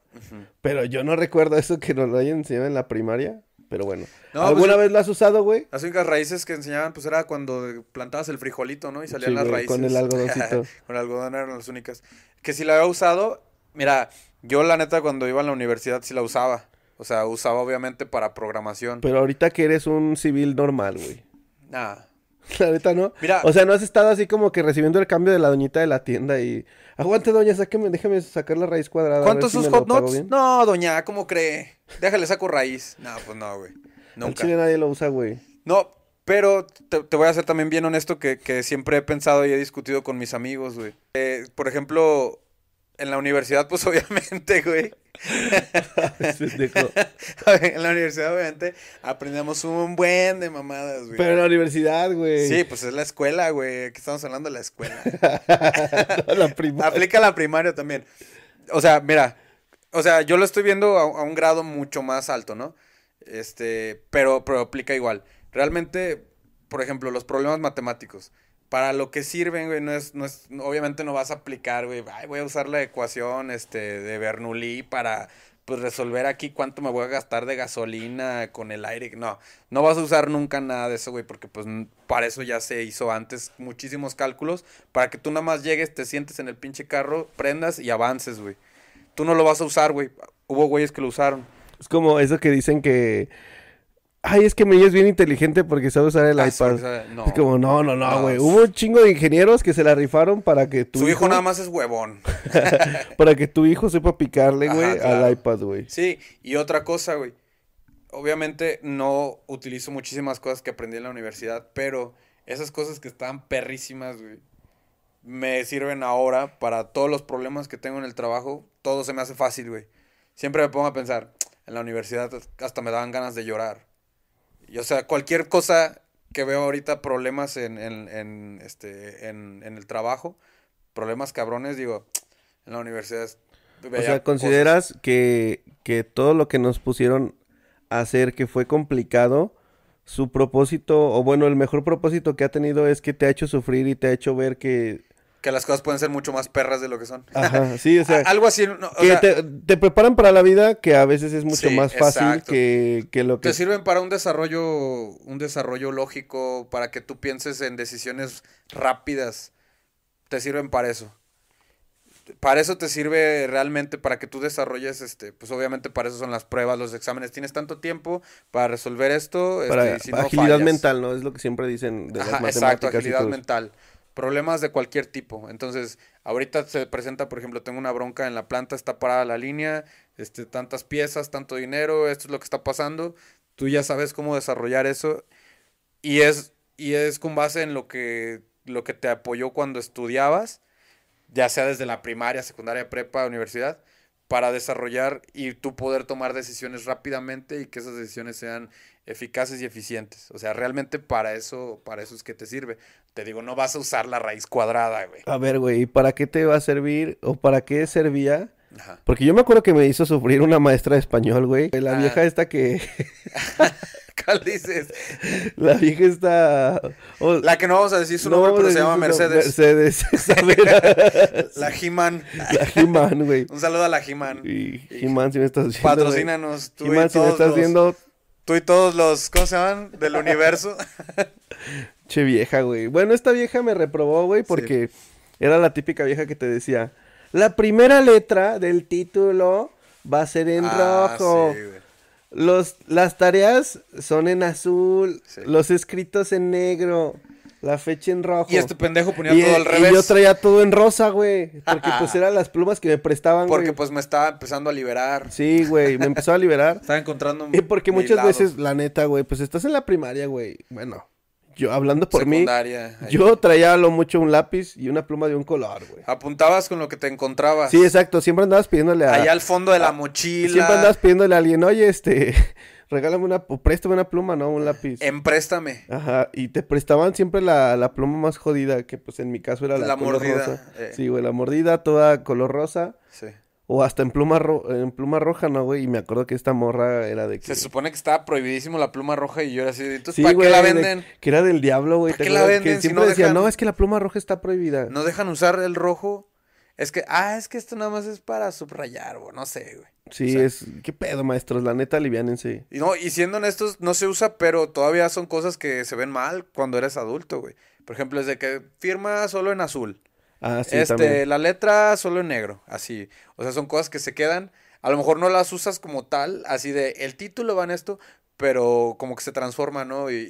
Speaker 3: pero yo no recuerdo eso que nos lo hayan enseñado en la primaria, pero bueno.
Speaker 2: No,
Speaker 3: ¿Alguna
Speaker 2: pues,
Speaker 3: vez lo has usado, güey?
Speaker 2: Las únicas raíces que enseñaban, pues era cuando plantabas el frijolito, ¿no? Y salían
Speaker 3: Sí,
Speaker 2: las
Speaker 3: güey,
Speaker 2: raíces.
Speaker 3: con el algodoncito.
Speaker 2: *laughs* con el algodón eran las únicas. Que si la había usado, mira, yo la neta cuando iba a la universidad sí la usaba. O sea, usaba obviamente para programación.
Speaker 3: Pero ahorita que eres un civil normal, güey. *laughs*
Speaker 2: Nada.
Speaker 3: La neta, ¿no?
Speaker 2: Mira.
Speaker 3: O sea, ¿no has estado así como que recibiendo el cambio de la doñita de la tienda y... Aguante, doña, sáqueme, déjeme sacar la raíz cuadrada. a ver
Speaker 2: ¿Cuántos
Speaker 3: si
Speaker 2: sus
Speaker 3: me lo
Speaker 2: hot
Speaker 3: pago
Speaker 2: nuts?
Speaker 3: bien".
Speaker 2: No, doña, ¿cómo cree? Déjale, saco raíz. No, pues no, güey.
Speaker 3: Al
Speaker 2: Nunca.
Speaker 3: chile nadie lo
Speaker 2: *laughs*
Speaker 3: usa, güey. *laughs*
Speaker 2: No, pero te, te voy a ser también bien honesto que, que siempre he pensado y he discutido con mis amigos, güey. Eh, por ejemplo, en la universidad, pues *laughs* obviamente, güey.
Speaker 3: Pendejo.
Speaker 2: *laughs* en la universidad, obviamente, aprendemos un buen de mamadas, güey.
Speaker 3: Pero en la universidad, güey.
Speaker 2: Sí,
Speaker 3: *laughs*
Speaker 2: pues es la escuela, güey. Aquí estamos hablando de la escuela.
Speaker 3: No, la primaria.
Speaker 2: Aplica la primaria también. O sea, mira, o sea, yo lo estoy viendo a, a un grado mucho más alto, ¿no? Este, pero, pero aplica igual. Realmente, por ejemplo, los problemas matemáticos. Para lo que sirven, güey, no es, no es, obviamente no vas a aplicar, güey, "Ay, voy a usar la ecuación, este, de Bernoulli para, pues, resolver aquí cuánto me voy a gastar de gasolina con el aire. No, no vas a usar nunca nada de eso, güey, porque, pues, n- para eso ya se hizo antes muchísimos cálculos para que tú nada más llegues, te sientes en el pinche carro, prendas y avances, güey. Tú no lo vas a usar, güey. Hubo güeyes que lo usaron.
Speaker 3: Es como eso que dicen que. Ay, es que mi niño es bien inteligente porque sabe usar el
Speaker 2: Ah, sí,
Speaker 3: iPad.
Speaker 2: o sea, no.
Speaker 3: Es como, no, no, no,
Speaker 2: No,
Speaker 3: güey.
Speaker 2: es-
Speaker 3: Hubo un chingo de ingenieros que se la rifaron para que tu
Speaker 2: Su hijo nada más es huevón.
Speaker 3: para que tu hijo sepa picarle,
Speaker 2: Ajá,
Speaker 3: güey, al
Speaker 2: claro.
Speaker 3: iPad, güey.
Speaker 2: Sí, y otra cosa, güey. Obviamente no utilizo muchísimas cosas que aprendí en la universidad, pero esas cosas que estaban perrísimas, güey, me sirven ahora para todos los problemas que tengo en el trabajo. Todo se me hace fácil, güey. Siempre me pongo a pensar, en la universidad hasta me daban ganas de llorar. Y, o sea, cualquier cosa que veo ahorita problemas en, en, en, este, en, en el trabajo, problemas cabrones, digo, en la universidad.
Speaker 3: O sea, ¿consideras que, que todo lo que nos pusieron a hacer que fue complicado, su propósito, o bueno, el mejor propósito que ha tenido es que te ha hecho sufrir y te ha hecho ver que...
Speaker 2: Que las cosas pueden ser mucho más perras de lo que son.
Speaker 3: Ajá, sí, o
Speaker 2: *laughs*
Speaker 3: sea,
Speaker 2: Algo así. no, o
Speaker 3: que
Speaker 2: sea,
Speaker 3: te, te preparan para la vida que a veces es mucho
Speaker 2: Sí,
Speaker 3: más fácil
Speaker 2: exacto.
Speaker 3: que, que lo que...
Speaker 2: Te sirven para un desarrollo, un desarrollo lógico, para que tú pienses en decisiones rápidas. Te sirven para eso. Para eso te sirve realmente para que tú desarrolles, este, pues obviamente para eso son las pruebas, los exámenes. Tienes tanto tiempo para resolver esto, este,
Speaker 3: para
Speaker 2: y si no,
Speaker 3: agilidad
Speaker 2: fallas.
Speaker 3: mental, ¿no? Es lo que siempre dicen de las
Speaker 2: Ajá,
Speaker 3: matemáticas
Speaker 2: exacto,
Speaker 3: y
Speaker 2: agilidad
Speaker 3: todo eso.
Speaker 2: mental. Problemas de cualquier tipo. Entonces, ahorita se presenta, por ejemplo, tengo una bronca en la planta, está parada la línea, este, tantas piezas, tanto dinero, esto es lo que está pasando. Tú ya sabes cómo desarrollar eso. Y es, y es con base en lo que, lo que te apoyó cuando estudiabas, ya sea desde la primaria, secundaria, prepa, universidad, para desarrollar y tú poder tomar decisiones rápidamente y que esas decisiones sean eficaces y eficientes. O sea, realmente para eso, para eso es que te sirve. Te digo, no vas a usar la raíz cuadrada, güey.
Speaker 3: A ver, güey, ¿y para qué te va a servir o para qué servía?
Speaker 2: Ajá.
Speaker 3: Porque yo me acuerdo que me hizo sufrir una maestra de español, güey. La
Speaker 2: Ah.
Speaker 3: vieja esta que...
Speaker 2: *laughs*
Speaker 3: *laughs*
Speaker 2: ¿Cuál dices?
Speaker 3: La vieja esta... o-
Speaker 2: La que no vamos a decir su
Speaker 3: no
Speaker 2: nombre,
Speaker 3: vamos
Speaker 2: pero
Speaker 3: a
Speaker 2: se llama
Speaker 3: decir su nom-
Speaker 2: Mercedes.
Speaker 3: Mercedes, *laughs* a ver,
Speaker 2: La He-Man.
Speaker 3: La He-Man, güey.
Speaker 2: Un saludo a la *laughs* He-Man.
Speaker 3: Y He-Man, si me estás viendo, güey.
Speaker 2: Patrocínanos. Tú y,
Speaker 3: He-Man, si me
Speaker 2: todos
Speaker 3: estás
Speaker 2: los,
Speaker 3: viendo,
Speaker 2: tú y todos los, ¿cómo se llaman? Del universo.
Speaker 3: Che vieja, güey. Bueno, esta vieja me reprobó, güey, porque era la típica vieja que te decía, la primera letra del título va a ser *laughs* en
Speaker 2: Ah,
Speaker 3: rojo.
Speaker 2: sí, güey.
Speaker 3: Los, las tareas son en azul,
Speaker 2: Sí.
Speaker 3: los escritos en negro, la fecha en rojo.
Speaker 2: y este pendejo ponía
Speaker 3: Y,
Speaker 2: todo
Speaker 3: eh,
Speaker 2: al
Speaker 3: y
Speaker 2: revés.
Speaker 3: yo traía todo en rosa, güey, porque
Speaker 2: *laughs*
Speaker 3: pues eran las plumas que me prestaban, güey.
Speaker 2: Porque pues me estaba empezando a liberar.
Speaker 3: Sí, güey, me empezó
Speaker 2: *laughs*
Speaker 3: a liberar.
Speaker 2: Estaba encontrando
Speaker 3: Y porque
Speaker 2: mi
Speaker 3: muchas
Speaker 2: lado.
Speaker 3: veces, la neta, güey, pues estás en la primaria, güey. Bueno, yo hablando por mí,
Speaker 2: Secundaria, ahí.
Speaker 3: yo traía a lo mucho un lápiz y una pluma de un color, güey.
Speaker 2: Ah. Apuntabas con lo que te encontrabas.
Speaker 3: Sí, exacto. Siempre andabas pidiéndole a.
Speaker 2: Allá al fondo de la mochila.
Speaker 3: Siempre andabas pidiéndole a alguien, oye, este, *laughs* regálame una, o préstame una pluma, ¿no? Un lápiz.
Speaker 2: Em. Empréstame.
Speaker 3: Ajá. Y te prestaban siempre la, la pluma más jodida, que pues en mi caso era la,
Speaker 2: La
Speaker 3: color
Speaker 2: mordida,
Speaker 3: rosa.
Speaker 2: eh.
Speaker 3: Sí, güey, la mordida, toda color rosa.
Speaker 2: Sí.
Speaker 3: O hasta en pluma, ro- en pluma roja, ¿no, güey? Y me acuerdo que esta morra era de que.
Speaker 2: Se supone que estaba prohibidísimo la pluma roja y yo era así. Entonces,
Speaker 3: Sí,
Speaker 2: ¿para
Speaker 3: güey,
Speaker 2: qué la
Speaker 3: de-
Speaker 2: venden?
Speaker 3: que era del diablo, güey.
Speaker 2: ¿Para
Speaker 3: ¿te
Speaker 2: qué la
Speaker 3: acuerdas? Que
Speaker 2: venden si
Speaker 3: siempre
Speaker 2: no
Speaker 3: decían,
Speaker 2: dejan-
Speaker 3: no, es que la pluma roja está prohibida.
Speaker 2: ¿No dejan usar el rojo? Es que, ah, es que esto nada más es para subrayar, o no sé, güey.
Speaker 3: Sí,
Speaker 2: O sea,
Speaker 3: es. ¿Qué pedo, maestros? La neta, aliviánense.
Speaker 2: Y, no, y siendo honestos, no se usa, pero todavía son cosas que se ven mal cuando eres adulto, güey. Por ejemplo, es de que firma solo en azul.
Speaker 3: Ah, sí,
Speaker 2: este,
Speaker 3: también.
Speaker 2: la letra solo en negro, así. O sea, son cosas que se quedan. A lo mejor no las usas como tal, así de el título va en esto, pero como que se transforma, ¿no? Y, y-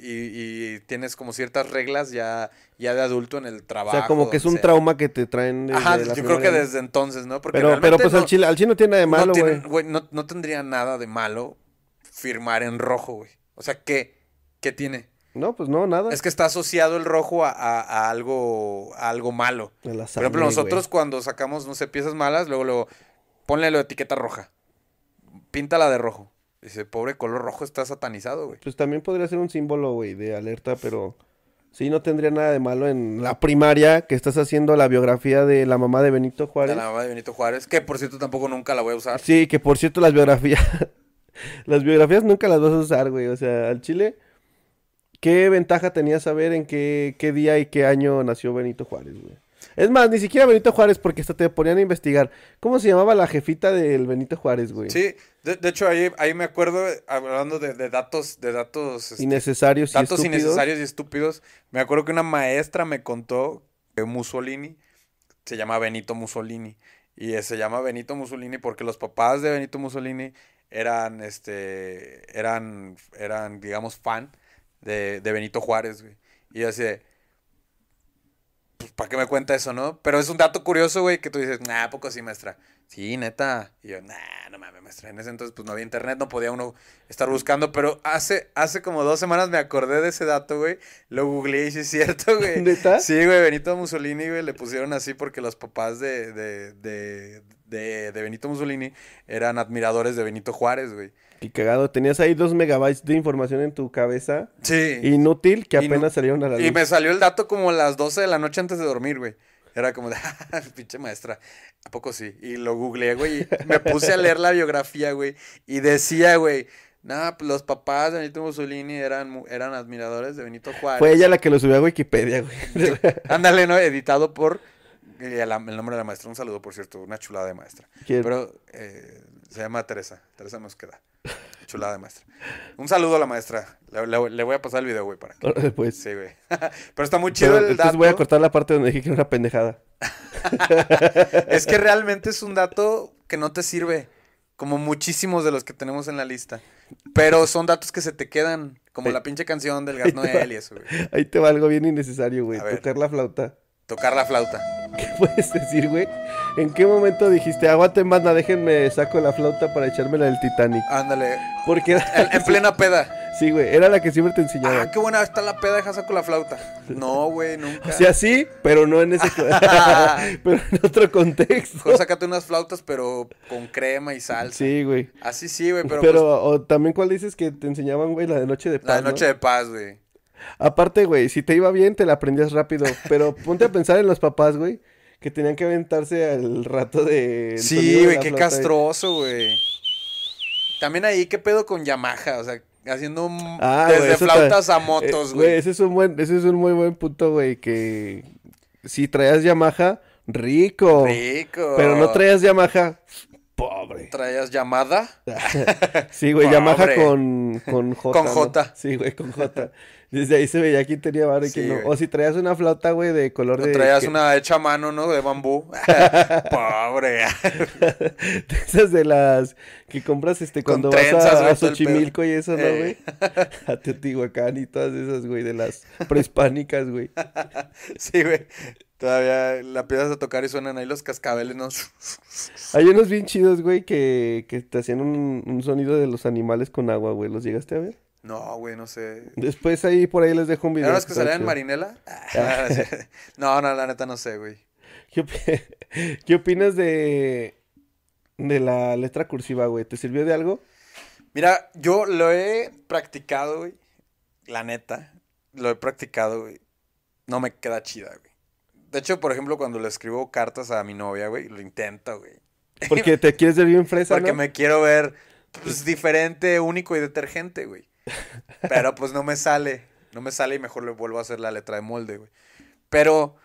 Speaker 2: y tienes como ciertas reglas ya, ya de adulto en el
Speaker 3: O
Speaker 2: trabajo.
Speaker 3: sea, como que es
Speaker 2: donde
Speaker 3: un
Speaker 2: sea.
Speaker 3: trauma que te traen desde
Speaker 2: Ajá,
Speaker 3: la
Speaker 2: yo creo
Speaker 3: primaria,
Speaker 2: que
Speaker 3: ¿no?
Speaker 2: desde entonces, ¿no? Porque
Speaker 3: Pero, pero
Speaker 2: realmente
Speaker 3: pues
Speaker 2: no-
Speaker 3: al chile, al chile no tiene nada de
Speaker 2: no
Speaker 3: malo,
Speaker 2: tienen-
Speaker 3: güey.
Speaker 2: güey, no, no tendría nada de malo firmar en rojo, güey. O sea, ¿qué? ¿Qué tiene?
Speaker 3: No, pues no, nada.
Speaker 2: Es que está asociado el rojo a, a- a algo, a algo malo.
Speaker 3: A la
Speaker 2: Por ejemplo,
Speaker 3: sangre,
Speaker 2: nosotros
Speaker 3: güey.
Speaker 2: cuando sacamos, no sé, piezas malas, luego, luego, ponle la etiqueta roja. Píntala de rojo. Dice, pobre color rojo está satanizado, güey.
Speaker 3: Pues también podría ser un símbolo, güey, de alerta, pero sí no tendría nada de malo en la primaria que estás haciendo la biografía de la mamá de Benito
Speaker 2: De
Speaker 3: Juárez.
Speaker 2: la mamá de Benito Juárez, que por cierto tampoco nunca la voy a usar.
Speaker 3: Sí, que por cierto, las biografías. *laughs* las biografías nunca las vas a usar, güey. O sea, al Chile. ¿Qué ventaja tenía saber en qué, qué día y qué año nació Benito Juárez, güey? Es más, ni siquiera Benito Juárez, porque hasta te ponían a investigar. ¿Cómo se llamaba la jefita del Benito Juárez, güey?
Speaker 2: Sí, de, de hecho ahí, ahí me acuerdo, eh, hablando de, de datos, de datos... este,
Speaker 3: Innecesarios y
Speaker 2: datos
Speaker 3: estúpidos.
Speaker 2: innecesarios y estúpidos. Me acuerdo que una maestra me contó que Mussolini se llama Benito Mussolini. Y eh, se llama Benito Mussolini porque los papás de Benito Mussolini eran, este, eran, eran, digamos, fan de, de Benito Juárez, güey. Y yo así de, pues, ¿para qué me cuenta eso, no? Pero es un dato curioso, güey, que tú dices, nah, ¿a poco sí, maestra? Sí, neta. Y yo, nah, no mames, maestra. En ese entonces, pues, no había internet, no podía uno estar buscando. Pero hace, hace como dos semanas me acordé de ese dato, güey. Lo googleé y sí es cierto, güey.
Speaker 3: ¿Neta?
Speaker 2: Sí, güey, Benito Mussolini, güey, le pusieron así porque los papás de, de, de, de, de Benito Mussolini eran admiradores de Benito Juárez, güey.
Speaker 3: Qué cagado. Tenías ahí dos megabytes de información en tu cabeza.
Speaker 2: Sí.
Speaker 3: Inútil, que
Speaker 2: Inu-
Speaker 3: apenas salieron a la
Speaker 2: Y
Speaker 3: luz.
Speaker 2: me salió el dato como a las 12 de la noche antes de dormir, güey. Era como de, *laughs* "Ah, pinche maestra, ¿a poco sí? Y lo googleé, güey, y me puse a leer la biografía, güey, y decía, güey, nada, pues los papás de Benito Mussolini eran, mu- eran admiradores de Benito Juárez. *laughs*
Speaker 3: Fue ella la que lo subió a Wikipedia, güey. *laughs*
Speaker 2: Ándale, ¿no? Editado por eh, la- el nombre de la maestra. Un saludo, por cierto, una chulada de maestra.
Speaker 3: ¿Quién?
Speaker 2: Pero eh, se llama Teresa. Teresa Mosqueda. Chulada de maestra. Un saludo a la maestra. Le, le- le voy a pasar el video, güey, para que.
Speaker 3: Órale, *laughs* pues.
Speaker 2: Sí, güey. *laughs* Pero está muy chido
Speaker 3: Pero
Speaker 2: el
Speaker 3: entonces
Speaker 2: dato.
Speaker 3: voy a cortar la parte donde dije que era una pendejada.
Speaker 2: Es que realmente es un dato que no te sirve. Como muchísimos de los que tenemos en la lista. Pero son datos que se te quedan. Como la pinche canción del Gas Noel y eso, güey.
Speaker 3: *laughs* Ahí te va algo bien innecesario, güey.
Speaker 2: A ver.
Speaker 3: Tocar la flauta. *laughs*
Speaker 2: Tocar la flauta.
Speaker 3: ¿Qué puedes decir, güey? ¿En qué momento dijiste, aguanten banda, déjenme saco la flauta para echármela del Titanic?
Speaker 2: Ándale.
Speaker 3: Porque era...
Speaker 2: *laughs* En-
Speaker 3: *laughs*
Speaker 2: en plena peda.
Speaker 3: Sí, güey, era la que siempre te enseñaba.
Speaker 2: Ah, qué buena está la peda, deja saco la flauta. No, güey, nunca.
Speaker 3: O sea, sí, pero no en ese... co-
Speaker 2: *laughs*
Speaker 3: *laughs* pero en otro contexto.
Speaker 2: Mejor sácate unas flautas, pero con crema y salsa.
Speaker 3: Sí, güey.
Speaker 2: Así sí, güey,
Speaker 3: Pero,
Speaker 2: pero, pues,
Speaker 3: o también cuál dices que te enseñaban, güey, la de Noche de Paz,
Speaker 2: la de
Speaker 3: ¿no?
Speaker 2: noche de paz, güey.
Speaker 3: Aparte, güey, si te iba bien, te la aprendías rápido. Pero ponte a pensar en los papás, güey, que tenían que aventarse al rato de... el sonido
Speaker 2: Sí,
Speaker 3: de
Speaker 2: güey,
Speaker 3: la
Speaker 2: qué
Speaker 3: flauta,
Speaker 2: castroso, güey. También ahí, qué pedo con Yamaha, o sea, haciendo un-
Speaker 3: Ah, güey,
Speaker 2: desde
Speaker 3: eso ta-
Speaker 2: flautas a
Speaker 3: Eh,
Speaker 2: motos, güey.
Speaker 3: ese es un buen, ese es un muy buen punto, güey, que si traías Yamaha, rico.
Speaker 2: Rico.
Speaker 3: Pero no traías Yamaha, pobre.
Speaker 2: traías llamada. *laughs*
Speaker 3: Sí, güey, Yamaha
Speaker 2: Pobre.
Speaker 3: con,
Speaker 2: *laughs*
Speaker 3: con J.
Speaker 2: Con
Speaker 3: ¿no?
Speaker 2: J.
Speaker 3: Sí, güey, con J. Desde ahí se veía quién tenía varo y quién
Speaker 2: Sí,
Speaker 3: no.
Speaker 2: güey.
Speaker 3: O si traías una flauta, güey, de color
Speaker 2: No
Speaker 3: de...
Speaker 2: traías
Speaker 3: que-
Speaker 2: una hecha a mano, ¿no? De bambú.
Speaker 3: *laughs*
Speaker 2: Pobre. *laughs*
Speaker 3: de *laughs* esas de las que compras este
Speaker 2: Con
Speaker 3: cuando vas
Speaker 2: trenzas,
Speaker 3: a,
Speaker 2: güey,
Speaker 3: a
Speaker 2: todo el pedo.
Speaker 3: Xochimilco y eso, ¿no, güey?
Speaker 2: Eh.
Speaker 3: *laughs* A Teotihuacán y todas esas, güey, de las prehispánicas, güey.
Speaker 2: Sí, güey. Todavía la empiezas a tocar y suenan ahí los cascabeles, ¿no?
Speaker 3: Hay unos bien chidos, güey, que, que te hacían un, un sonido de los animales con agua, güey. ¿Los llegaste a ver?
Speaker 2: No, güey, no sé.
Speaker 3: Después ahí por ahí les dejo un video.
Speaker 2: ¿Eran los que
Speaker 3: está
Speaker 2: salían en
Speaker 3: chido. *laughs*
Speaker 2: Marinela? *laughs* Ah, sí. No, no, la neta no sé, güey.
Speaker 3: ¿Qué, opi- *laughs* qué opinas de, de la letra cursiva, güey? ¿Te sirvió
Speaker 2: *laughs*
Speaker 3: de algo?
Speaker 2: Mira, yo lo he practicado, güey. La neta. Lo he practicado, güey. No me queda chida, güey. De hecho, por ejemplo, cuando le escribo cartas a mi novia, güey, lo intento, güey.
Speaker 3: Porque te quieres ver bien fresa,
Speaker 2: Porque
Speaker 3: ¿no?
Speaker 2: me quiero ver pues, diferente, único y detergente, güey. Pero pues no me sale. No me sale y mejor le vuelvo a hacer la letra de molde, güey. Pero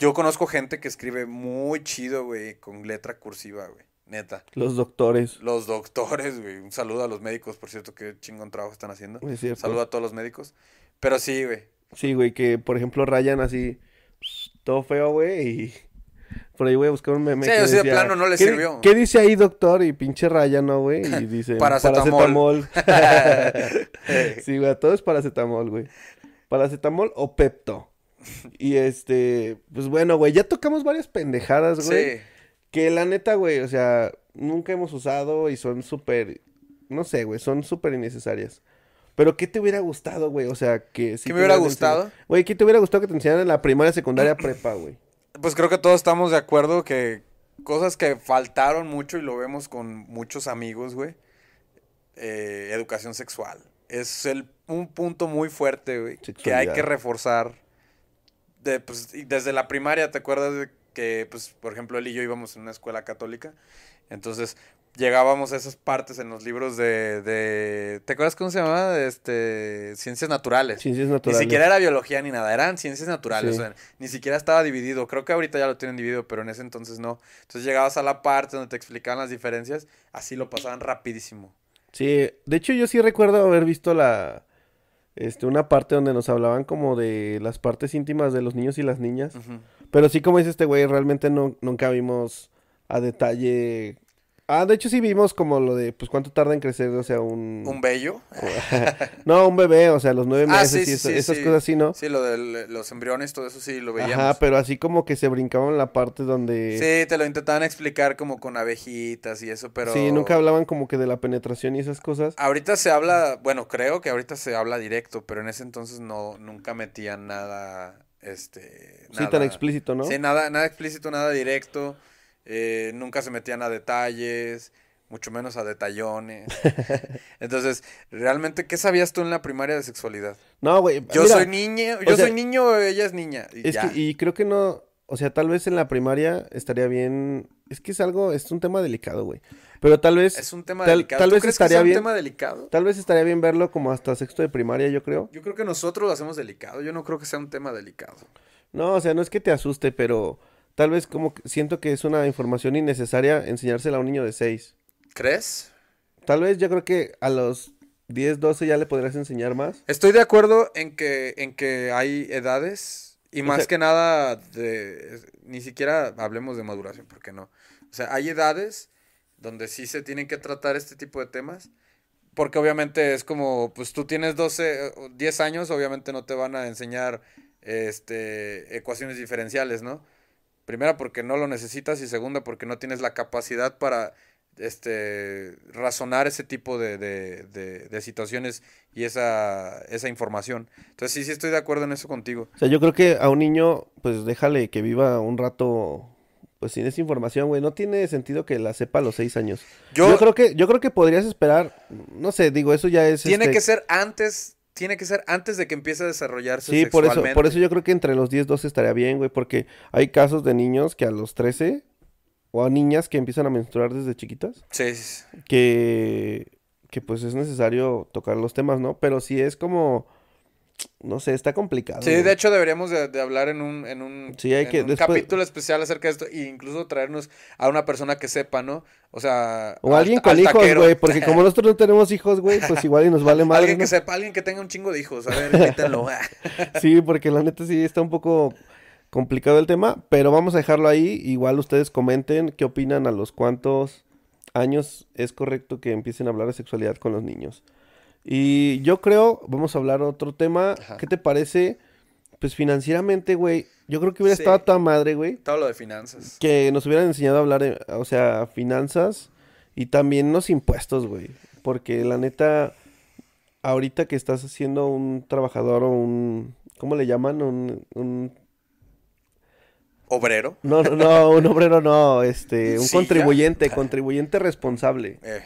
Speaker 2: yo conozco gente que escribe muy chido, güey, con letra cursiva, güey. Neta.
Speaker 3: Los doctores.
Speaker 2: Los doctores, güey. Un saludo a los médicos, por cierto, qué chingón trabajo están haciendo.
Speaker 3: Es cierto.
Speaker 2: Saludo a todos los médicos. Pero sí, güey.
Speaker 3: Sí, güey, que por ejemplo rayan así todo feo, güey, y por ahí voy a buscar un meme
Speaker 2: Sí,
Speaker 3: que
Speaker 2: o sea, de
Speaker 3: decía,
Speaker 2: plano no le
Speaker 3: "¿Qué di-
Speaker 2: sirvió?"
Speaker 3: ¿Qué dice ahí, doctor? Y pinche raya, ¿no, güey?
Speaker 2: *laughs*
Speaker 3: Y dicen
Speaker 2: Paracetamol. *laughs*
Speaker 3: paracetamol. *laughs* Sí, güey, a todo es paracetamol, güey. Paracetamol o Pepto. Y este, pues bueno, güey, ya tocamos varias pendejadas, Pues, güey.
Speaker 2: Sí.
Speaker 3: Que la neta, güey, o sea, nunca hemos usado y son súper, no sé, güey, son súper innecesarias. Pero ¿qué te hubiera gustado, güey? O sea, que si
Speaker 2: ¿Qué
Speaker 3: te
Speaker 2: me hubiera
Speaker 3: hubieran
Speaker 2: gustado?
Speaker 3: enseñado- Güey, ¿qué te hubiera gustado que te enseñaran en la primaria, secundaria, *clears throat* prepa, güey?
Speaker 2: Pues creo que todos estamos de acuerdo que cosas que faltaron mucho y lo vemos con muchos amigos, güey. eh, educación sexual. Es el, un punto muy fuerte, güey, que hay que
Speaker 3: Sexualidad.
Speaker 2: reforzar. De, pues, y desde la primaria, ¿te acuerdas de que, pues, por ejemplo, él y yo íbamos en una escuela católica? Entonces, llegábamos a esas partes en los libros de... de- ¿Te acuerdas cómo se llamaba? De, Este, ciencias naturales.
Speaker 3: Ciencias
Speaker 2: Ni
Speaker 3: naturales.
Speaker 2: siquiera era biología ni nada, eran ciencias naturales,
Speaker 3: Sí.
Speaker 2: o sea, ni siquiera estaba dividido. Creo que ahorita ya lo tienen dividido, pero en ese entonces no. Entonces llegabas a la parte donde te explicaban las diferencias, así lo pasaban rapidísimo.
Speaker 3: Sí, de hecho yo sí recuerdo haber visto la, este, una parte donde nos hablaban como de las partes íntimas de los niños y las niñas.
Speaker 2: Ujú.
Speaker 3: Pero sí, como dice este güey, realmente no, nunca vimos a detalle. Ah, de hecho sí vimos como lo de, pues, cuánto tarda en crecer, o sea, un...
Speaker 2: Mm. Un bello.
Speaker 3: *laughs* No, un bebé, o sea, los nueve
Speaker 2: Ah,
Speaker 3: meses
Speaker 2: sí,
Speaker 3: y
Speaker 2: sí,
Speaker 3: eso-
Speaker 2: sí,
Speaker 3: esas
Speaker 2: sí.
Speaker 3: cosas así, ¿no?
Speaker 2: Sí, lo de los embriones, todo eso sí lo veíamos.
Speaker 3: Ajá, pero así como que se brincaban la parte donde...
Speaker 2: Sí, te lo intentaban explicar como con abejitas y eso, pero... Ah,
Speaker 3: Sí, nunca hablaban como que de la penetración y esas cosas.
Speaker 2: Ahorita se habla, bueno, creo que ahorita se habla directo, pero en ese entonces no, nunca metían nada, este...
Speaker 3: Sí, tan
Speaker 2: nada-
Speaker 3: explícito, ¿no?
Speaker 2: Sí, nada, nada explícito, nada directo. eh, nunca se metían a detalles, mucho menos a
Speaker 3: *laughs*
Speaker 2: detallones. Entonces, realmente, ¿qué sabías tú en la primaria de sexualidad?
Speaker 3: No, güey,
Speaker 2: Yo
Speaker 3: Ah, mira,
Speaker 2: soy niña, yo
Speaker 3: sea,
Speaker 2: soy niño, ella es niña. y
Speaker 3: es
Speaker 2: ya.
Speaker 3: que, y creo que no, o sea, tal vez en la primaria estaría bien. Es que es algo, es un tema delicado, güey. Pero tal vez.
Speaker 2: Es un tema
Speaker 3: tal,
Speaker 2: delicado.
Speaker 3: Tal
Speaker 2: ¿Tú
Speaker 3: vez
Speaker 2: crees
Speaker 3: estaría
Speaker 2: que sea
Speaker 3: bien.
Speaker 2: un tema delicado?
Speaker 3: Tal vez estaría bien verlo como hasta sexto de primaria, yo creo.
Speaker 2: Yo creo que nosotros lo hacemos delicado. Yo no creo que sea un tema delicado.
Speaker 3: No, o sea, no es que te asuste, pero tal vez como que siento que es una información innecesaria enseñársela a un niño de 6.
Speaker 2: ¿Crees?
Speaker 3: Tal vez yo creo que a los 10, 12 ya le podrás enseñar más.
Speaker 2: Estoy de acuerdo en que, en que hay edades y más
Speaker 3: sea-
Speaker 2: que nada de, ni siquiera hablemos de maduración, porque no. O sea, hay edades donde sí se tienen que tratar este tipo de temas, porque obviamente es como, pues tú tienes 12, eh, o 10 años, obviamente no te van a enseñar este, ecuaciones diferenciales, ¿no? Primera porque no lo necesitas y segunda porque no tienes la capacidad para este, razonar ese tipo de, de- de- de situaciones y esa, esa información. Entonces sí, sí estoy de acuerdo en eso contigo.
Speaker 3: O sea, yo creo que a un niño, pues déjale que viva un rato, pues sin esa información, güey. No tiene sentido que la sepa a los 6 años. Yo,
Speaker 2: Yo,
Speaker 3: creo que, yo creo que podrías esperar, no sé, digo, eso ya es
Speaker 2: tiene
Speaker 3: este,
Speaker 2: que ser antes, tiene que ser antes de que empiece a desarrollarse
Speaker 3: Sí, por eso, por
Speaker 2: sexualmente.
Speaker 3: eso yo creo que entre los 10, 12 estaría bien, güey, porque hay casos de niños que a los 13 o a niñas que empiezan a menstruar desde chiquitas,
Speaker 2: Sí, sí, sí.
Speaker 3: que, que pues es necesario tocar los temas, ¿no? Pero si es como, no sé, está complicado.
Speaker 2: Sí,
Speaker 3: güey.
Speaker 2: de hecho deberíamos de, de hablar en un, en un,
Speaker 3: Ah, Sí, hay
Speaker 2: en
Speaker 3: que-
Speaker 2: un
Speaker 3: después-
Speaker 2: capítulo especial acerca de esto e incluso traernos a una persona que sepa, ¿no? O sea,
Speaker 3: O
Speaker 2: al-
Speaker 3: alguien
Speaker 2: al
Speaker 3: con hijos,
Speaker 2: taquero.
Speaker 3: güey, porque
Speaker 2: *laughs*
Speaker 3: como nosotros no tenemos hijos, güey, pues igual y nos vale madre,
Speaker 2: alguien que
Speaker 3: ¿no?
Speaker 2: sepa, alguien que tenga un chingo de hijos, a ver, Ah,
Speaker 3: *laughs*
Speaker 2: quítenlo.
Speaker 3: Sí, porque la neta sí está un poco complicado el tema, pero vamos a dejarlo ahí. Igual ustedes comenten qué opinan a los cuántos años es correcto que empiecen a hablar de sexualidad con los niños. Y yo creo, vamos a hablar otro tema.
Speaker 2: Ajá.
Speaker 3: ¿Qué te parece? Pues financieramente, güey, yo creo que hubiera
Speaker 2: Sí.
Speaker 3: estado tan madre, güey,
Speaker 2: Todo lo de finanzas.
Speaker 3: que nos hubieran enseñado a hablar, eh, o sea, finanzas y también los impuestos, güey. Porque la neta, ahorita que estás siendo un trabajador o un, ¿cómo le llaman? Un, un-
Speaker 2: Obrero.
Speaker 3: no, no,
Speaker 2: *laughs*
Speaker 3: no, un obrero no, este, un
Speaker 2: Sí, ya.
Speaker 3: contribuyente, contribuyente responsable.
Speaker 2: Eh,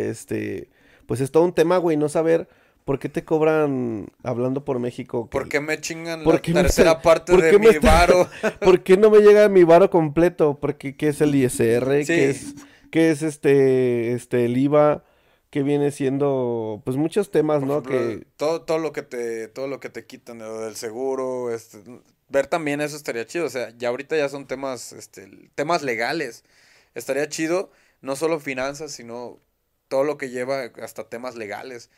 Speaker 3: Este, pues es todo un tema, güey, no saber por qué te cobran, hablando por México, que
Speaker 2: ¿Por qué me chingan
Speaker 3: ¿Por
Speaker 2: la
Speaker 3: qué me
Speaker 2: tercera
Speaker 3: está-
Speaker 2: parte
Speaker 3: por
Speaker 2: de
Speaker 3: qué me
Speaker 2: mi
Speaker 3: está-
Speaker 2: varo?
Speaker 3: ¿Por qué no me llega mi varo completo? Porque qué es el ISR,
Speaker 2: Sí.
Speaker 3: qué es, qué es este, este, el IVA, que viene siendo, pues muchos temas,
Speaker 2: Por
Speaker 3: ¿no?
Speaker 2: ejemplo,
Speaker 3: Que
Speaker 2: todo, todo lo que te, todo lo que te quitan de lo del seguro, este, ver también eso estaría chido. O sea, ya ahorita ya son temas, este, temas legales. Estaría chido, no solo finanzas, sino todo lo que lleva hasta temas legales.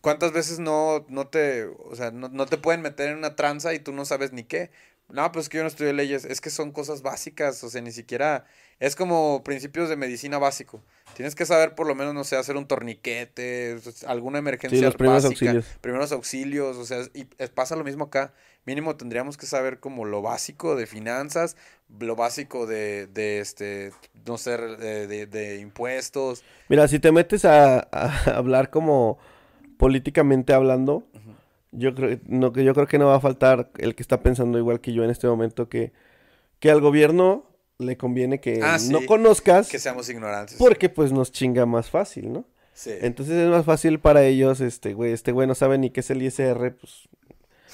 Speaker 2: ¿Cuántas veces no, no te, o sea, no, no te pueden meter en una tranza y tú no sabes ni qué? No, pues que yo no estudié leyes. Es que son cosas básicas, o sea, ni siquiera. Es como principios de medicina básico. Tienes que saber por lo menos, no sé, hacer un torniquete, pues, alguna emergencia
Speaker 3: los primeros
Speaker 2: básica,
Speaker 3: auxilios.
Speaker 2: primeros auxilios, o sea, y es- pasa lo mismo acá. Mínimo tendríamos que saber como lo básico de finanzas, lo básico de, de este, no sé, de, de- de impuestos.
Speaker 3: Mira, si te metes a, a *laughs* hablar como políticamente hablando, yo creo, no, que yo creo que no va a faltar el que está pensando igual que yo en este momento que, que al gobierno le conviene que
Speaker 2: Ah,
Speaker 3: no
Speaker 2: sí,
Speaker 3: conozcas,
Speaker 2: Que seamos ignorantes.
Speaker 3: porque pues nos chinga más fácil, ¿no?
Speaker 2: Sí.
Speaker 3: Entonces es más fácil para ellos, este, güey, este güey no sabe ni qué es el ISR, pues,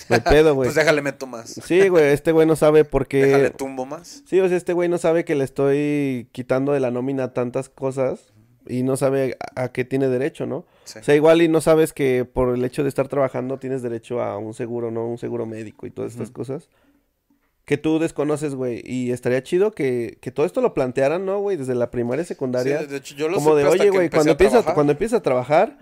Speaker 3: no hay pedo,
Speaker 2: *laughs*
Speaker 3: güey.
Speaker 2: Pues déjale meto más.
Speaker 3: Sí, güey, este güey no sabe por qué...
Speaker 2: Déjale tumbo más.
Speaker 3: Sí, o sea, este güey no sabe que le estoy quitando de la nómina tantas cosas y no sabe a, a qué tiene derecho, ¿no?
Speaker 2: Sí.
Speaker 3: O sea, igual y no sabes que por el hecho de estar trabajando tienes derecho a un seguro, ¿no? Un seguro médico y todas estas cosas que tú desconoces, güey. Y estaría chido que, que todo esto lo plantearan, ¿no, güey? Desde la primaria,
Speaker 2: Sí,
Speaker 3: secundaria.
Speaker 2: de hecho, yo lo
Speaker 3: Como de,
Speaker 2: supe hasta
Speaker 3: oye,
Speaker 2: que
Speaker 3: güey,
Speaker 2: empecé
Speaker 3: cuando
Speaker 2: a
Speaker 3: empiezas,
Speaker 2: trabajar.
Speaker 3: cuando empiezas a trabajar,